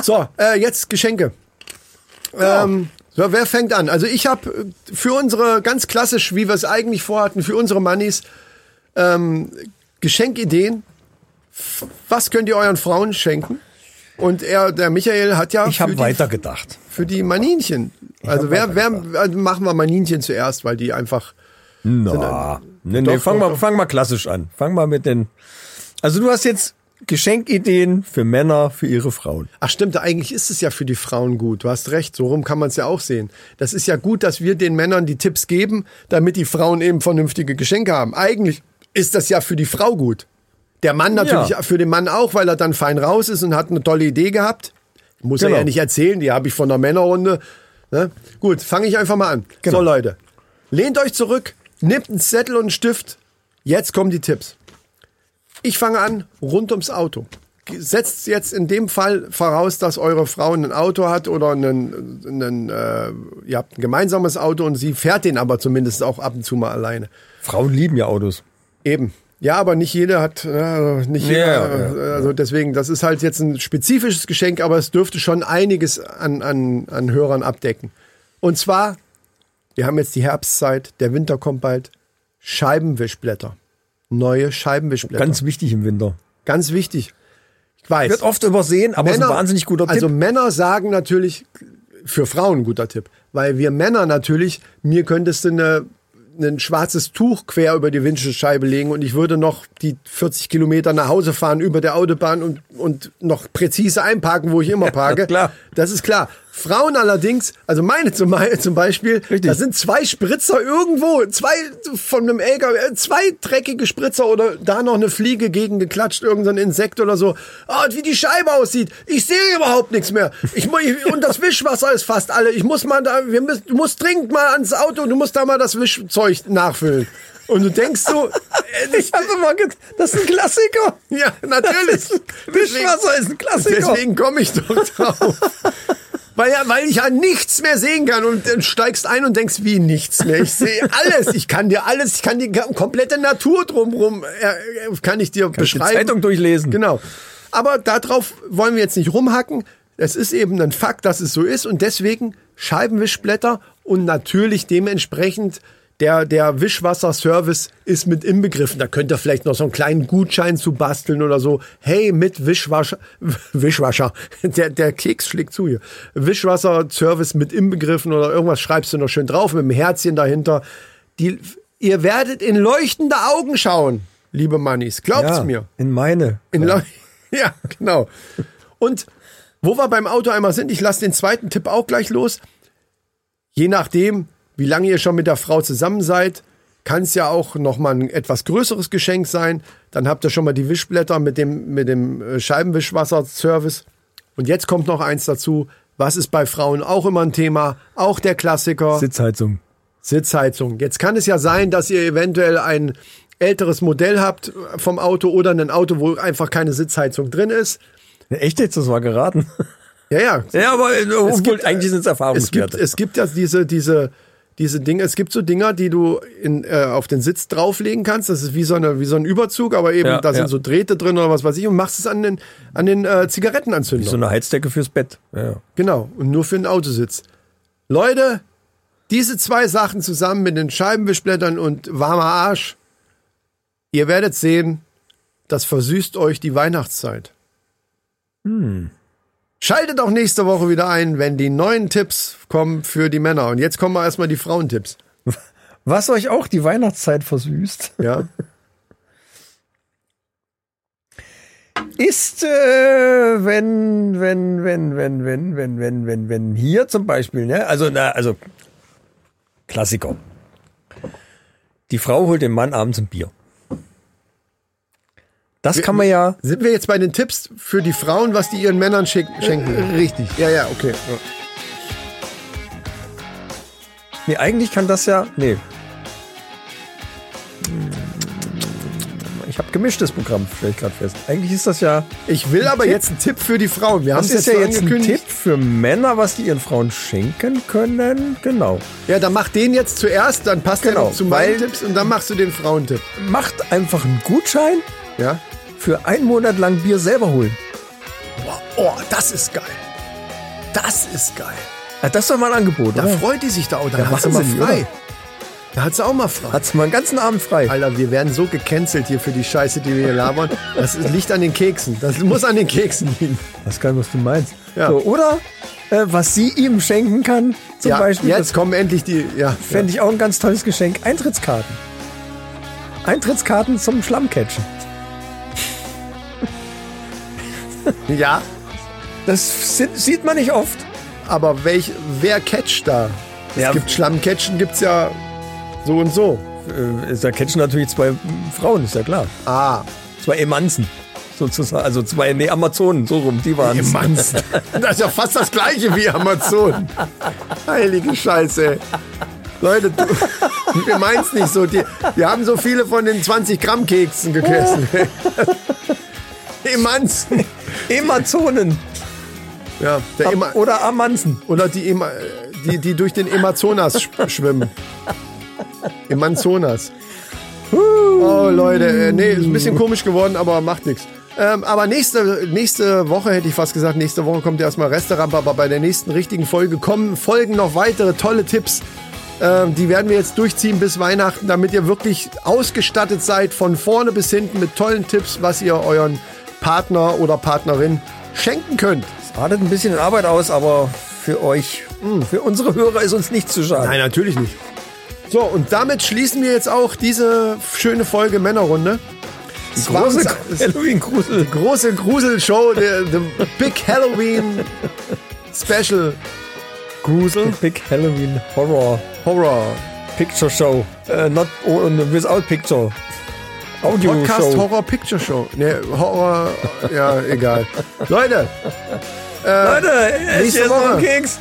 [SPEAKER 3] so, äh, jetzt Geschenke. Ähm, so, wer fängt an? Also ich habe für unsere, ganz klassisch, wie wir es eigentlich vorhatten, für unsere Mannis, ähm, Geschenkideen. F- Was könnt ihr euren Frauen schenken? Und er, der Michael hat ja für, die,
[SPEAKER 2] gedacht.
[SPEAKER 3] für die Maninchen. Also wer, wer, also machen wir Maninchen zuerst, weil die einfach
[SPEAKER 2] Na, nee, nee,
[SPEAKER 3] Doch,
[SPEAKER 2] fang,
[SPEAKER 3] doch,
[SPEAKER 2] mal, fang mal klassisch an. Fang mal mit den. Also du hast jetzt Geschenkideen für Männer, für ihre Frauen.
[SPEAKER 3] Ach stimmt, eigentlich ist es ja für die Frauen gut. Du hast recht, so rum kann man es ja auch sehen. Das ist ja gut, dass wir den Männern die Tipps geben, damit die Frauen eben vernünftige Geschenke haben. Eigentlich ist das ja für die Frau gut. Der Mann natürlich,
[SPEAKER 2] Ja.
[SPEAKER 3] für den Mann auch, weil er dann fein raus ist und hat eine tolle Idee gehabt. Muss er
[SPEAKER 2] Genau.
[SPEAKER 3] ja nicht erzählen, die habe ich von der Männerrunde. Ne? Gut, fange ich einfach mal an. So Leute, lehnt euch zurück, nehmt einen Zettel und einen Stift. Jetzt kommen die Tipps. Ich fange an, rund ums Auto. Setzt jetzt in dem Fall voraus, dass eure Frau ein Auto hat oder einen, einen, äh, ihr habt ein gemeinsames Auto und sie fährt den aber zumindest auch ab und zu mal alleine.
[SPEAKER 2] Frauen lieben ja Autos.
[SPEAKER 3] Eben. Ja, aber nicht jeder hat, äh, nicht
[SPEAKER 2] Ja,
[SPEAKER 3] jeder,
[SPEAKER 2] ja,
[SPEAKER 3] äh, also deswegen, das ist halt jetzt ein spezifisches Geschenk, aber es dürfte schon einiges an, an, an Hörern abdecken. Und zwar, wir haben jetzt die Herbstzeit, der Winter kommt bald, Scheibenwischblätter. Neue Scheibenwischblätter.
[SPEAKER 2] Ganz wichtig im Winter.
[SPEAKER 3] Ganz wichtig. Ich weiß.
[SPEAKER 2] Wird oft übersehen, aber es ist ein wahnsinnig guter
[SPEAKER 3] also
[SPEAKER 2] Tipp.
[SPEAKER 3] Männer sagen natürlich, für Frauen guter Tipp, weil wir Männer natürlich, mir könntest du eine, ein schwarzes Tuch quer über die Windschutzscheibe legen und ich würde noch die 40 Kilometer nach Hause fahren über der Autobahn und, und noch präzise einparken, wo ich immer parke.
[SPEAKER 2] klar.
[SPEAKER 3] Das ist klar. Frauen allerdings, also meine zum, zum Beispiel, da sind zwei Spritzer irgendwo, zwei von einem LKW, äh, zwei dreckige Spritzer oder da noch eine Fliege gegen geklatscht, irgendein Insekt oder so. Ah, und wie die Scheibe aussieht. Ich sehe überhaupt nichts mehr. Ich, mu- ich, und das Wischwasser ist fast alle. Ich muss mal da, wir müssen, du musst dringend mal ans Auto, und du musst da mal das Wischzeug nachfüllen. Und du denkst so, äh, ich,
[SPEAKER 2] Das ist ein Klassiker.
[SPEAKER 3] ja, natürlich.
[SPEAKER 2] Wischwasser ist ein Klassiker.
[SPEAKER 3] Deswegen komme ich doch drauf. weil, ja, weil ich ja nichts mehr sehen kann und dann steigst ein und denkst, wie nichts mehr. Ich sehe alles. Ich kann dir alles, ich kann die komplette Natur drumrum, äh, äh, kann ich dir beschreiben.
[SPEAKER 2] Zeitung durchlesen.
[SPEAKER 3] Genau. Aber darauf wollen wir jetzt nicht rumhacken. Es ist eben ein Fakt, dass es so ist und deswegen Scheibenwischblätter und natürlich dementsprechend der, der Wischwasserservice ist mit inbegriffen. Da könnt ihr vielleicht noch so einen kleinen Gutschein zu basteln oder so. Hey, mit Wischwascher, Wischwascher, der, der Keks schlägt zu hier. Wischwasserservice mit inbegriffen oder irgendwas schreibst du noch schön drauf mit einem Herzchen dahinter. Die, ihr werdet in leuchtende Augen schauen, liebe Mannis. Glaubt's mir.
[SPEAKER 2] In meine.
[SPEAKER 3] In ja. ja, genau. Und wo wir beim Auto einmal sind, ich lasse den zweiten Tipp auch gleich los. Je nachdem, wie lange ihr schon mit der Frau zusammen seid, kann es ja auch nochmal ein etwas größeres Geschenk sein. Dann habt ihr schon mal die Wischblätter mit dem, mit dem äh, Scheibenwischwasserservice. Und jetzt kommt noch eins dazu. Was ist bei Frauen auch immer ein Thema? Auch der Klassiker.
[SPEAKER 2] Sitzheizung.
[SPEAKER 3] Sitzheizung. Jetzt kann es ja sein, dass ihr eventuell ein älteres Modell habt vom Auto oder ein Auto, wo einfach keine Sitzheizung drin ist.
[SPEAKER 2] Echt jetzt, das war geraten.
[SPEAKER 3] Ja, ja.
[SPEAKER 2] Ja, aber obwohl,
[SPEAKER 3] gibt,
[SPEAKER 2] eigentlich sind es
[SPEAKER 3] Es gibt,
[SPEAKER 2] Erfahrungswerte.
[SPEAKER 3] es gibt ja diese, diese diese Dinge, es gibt so Dinger, die du in, äh, auf den Sitz drauflegen kannst. Das ist wie so, eine, wie so ein Überzug, aber eben
[SPEAKER 2] Ja,
[SPEAKER 3] da sind
[SPEAKER 2] ja.
[SPEAKER 3] so Drähte drin oder was weiß ich und machst es an den, an den äh, Zigarettenanzünder.
[SPEAKER 2] So eine Heizdecke fürs Bett. Ja.
[SPEAKER 3] Genau, und nur für den Autositz. Leute, diese zwei Sachen zusammen mit den Scheibenwischblättern und warmer Arsch, ihr werdet sehen, das versüßt euch die Weihnachtszeit.
[SPEAKER 2] Hm.
[SPEAKER 3] Schaltet auch nächste Woche wieder ein, wenn die neuen Tipps kommen für die Männer. Und jetzt kommen wir erstmal die Frauentipps.
[SPEAKER 2] Was euch auch die Weihnachtszeit versüßt,
[SPEAKER 3] Ja?
[SPEAKER 2] ist, äh, wenn, wenn, wenn, wenn, wenn, wenn, wenn, wenn, wenn, hier zum Beispiel, ne? Also, na, also, Klassiker. Die Frau holt dem Mann abends ein Bier. Das kann man ja.
[SPEAKER 3] Sind wir jetzt bei den Tipps für die Frauen, was die ihren Männern schick- schenken?
[SPEAKER 2] Äh,
[SPEAKER 3] Richtig. Ja, ja, okay. Ja.
[SPEAKER 2] Nee, eigentlich kann das ja. Nee. Ich habe gemischtes Programm, stelle ich gerade fest. Eigentlich ist das ja.
[SPEAKER 3] Ich will aber jetzt einen Tipp für die Frauen. Wir haben
[SPEAKER 2] Das ist
[SPEAKER 3] es jetzt,
[SPEAKER 2] ja
[SPEAKER 3] so
[SPEAKER 2] jetzt ein
[SPEAKER 3] angekündigt.
[SPEAKER 2] Tipp für Männer, was die ihren Frauen schenken können. Genau.
[SPEAKER 3] Ja, dann mach den jetzt zuerst, dann passt
[SPEAKER 2] Genau,
[SPEAKER 3] der noch zu meinen
[SPEAKER 2] weil-
[SPEAKER 3] Tipps und dann machst du den Frauentipp.
[SPEAKER 2] Macht einfach einen Gutschein
[SPEAKER 3] Ja?
[SPEAKER 2] für einen Monat lang Bier selber holen.
[SPEAKER 3] Boah, oh, das ist geil. Das ist geil.
[SPEAKER 2] Ah, Das ist doch mal ein Angebot,
[SPEAKER 3] Da
[SPEAKER 2] oder?
[SPEAKER 3] freut die sich da auch. Da
[SPEAKER 2] Ja,
[SPEAKER 3] hat sie mal
[SPEAKER 2] Wahnsinn,
[SPEAKER 3] frei.
[SPEAKER 2] oder?
[SPEAKER 3] Da hat sie auch mal frei.
[SPEAKER 2] Hat's mal einen ganzen Abend frei.
[SPEAKER 3] Alter, wir werden so gecancelt hier für die Scheiße, die wir hier labern. Das ist- liegt an den Keksen. Das muss an den Keksen liegen.
[SPEAKER 2] Das kann, was du meinst.
[SPEAKER 3] Ja.
[SPEAKER 2] So, oder äh, was sie ihm schenken kann, zum
[SPEAKER 3] ja,
[SPEAKER 2] Beispiel.
[SPEAKER 3] jetzt kommen endlich die. Ja,
[SPEAKER 2] Das fände ich auch ein ganz tolles Geschenk. Eintrittskarten. Eintrittskarten zum Schlammcatchen.
[SPEAKER 3] ja.
[SPEAKER 2] Das si- sieht man nicht oft.
[SPEAKER 3] aber welch, wer catcht da?
[SPEAKER 2] Ja.
[SPEAKER 3] Es gibt Schlammcatchen, gibt's ja so und so.
[SPEAKER 2] Äh, da catchen natürlich zwei Frauen, ist ja klar.
[SPEAKER 3] Ah,
[SPEAKER 2] Zwei Emanzen. Sozusagen. Also zwei, nee, Amazonen, so rum, die waren.
[SPEAKER 3] Emanzen. Das ist ja fast das gleiche wie Amazon. Heilige Scheiße. ey. Leute, du, wir meinen's nicht so. Die, wir haben so viele von den 20-Gramm-Keksen gegessen. Emanzen.
[SPEAKER 2] Emazonen.
[SPEAKER 3] Ja, der Ema,
[SPEAKER 2] Oder Amanzen.
[SPEAKER 3] oder die, Ema, die, die durch den Amazonas sch- schwimmen. Emanzonas. Oh, Leute, äh, nee, ist ein bisschen komisch geworden, aber macht nichts. Ähm, aber nächste, nächste Woche hätte ich fast gesagt, nächste Woche kommt ja erstmal Resterampe, aber bei der nächsten richtigen Folge kommen folgen noch weitere tolle Tipps. Ähm, die werden wir jetzt durchziehen bis Weihnachten, damit ihr wirklich ausgestattet seid von vorne bis hinten mit tollen Tipps, was ihr euren Partner oder Partnerin schenken könnt.
[SPEAKER 2] Artet ein bisschen in Arbeit aus, aber für euch, mh, für unsere Hörer ist uns nicht zu schade.
[SPEAKER 3] Nein, natürlich nicht. So, und damit schließen wir jetzt auch diese schöne Folge Männerrunde. Es war uns-
[SPEAKER 2] Halloween-Grusel.
[SPEAKER 3] die große Gruselshow, the, the Big Halloween Special
[SPEAKER 2] Grusel? Big Halloween Horror
[SPEAKER 3] Horror
[SPEAKER 2] Picture Show. Äh, not oh, und without picture. Audio
[SPEAKER 3] Podcast
[SPEAKER 2] Show.
[SPEAKER 3] Horror Picture Show. Ne, Horror, ja, egal. Leute,
[SPEAKER 2] Leute, ich
[SPEAKER 3] Nächste
[SPEAKER 2] esse noch einen
[SPEAKER 3] Woche.
[SPEAKER 2] Keks.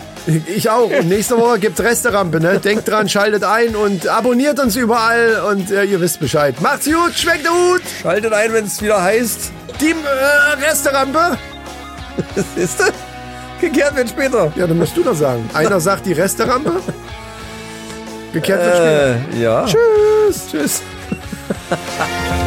[SPEAKER 3] ich auch. Und nächste Woche gibt's Resterampe, ne? Denkt dran, schaltet ein und abonniert uns überall und äh, ihr wisst Bescheid. Macht's gut, schmeckt gut.
[SPEAKER 2] Schaltet ein, wenn es wieder heißt.
[SPEAKER 3] Die äh, Resterampe.
[SPEAKER 2] Ist das? Gekehrt wird später.
[SPEAKER 3] Ja, dann musst du das sagen. Einer sagt die Resterampe. Gekehrt wird später.
[SPEAKER 2] Äh, ja. Tschüss. Tschüss.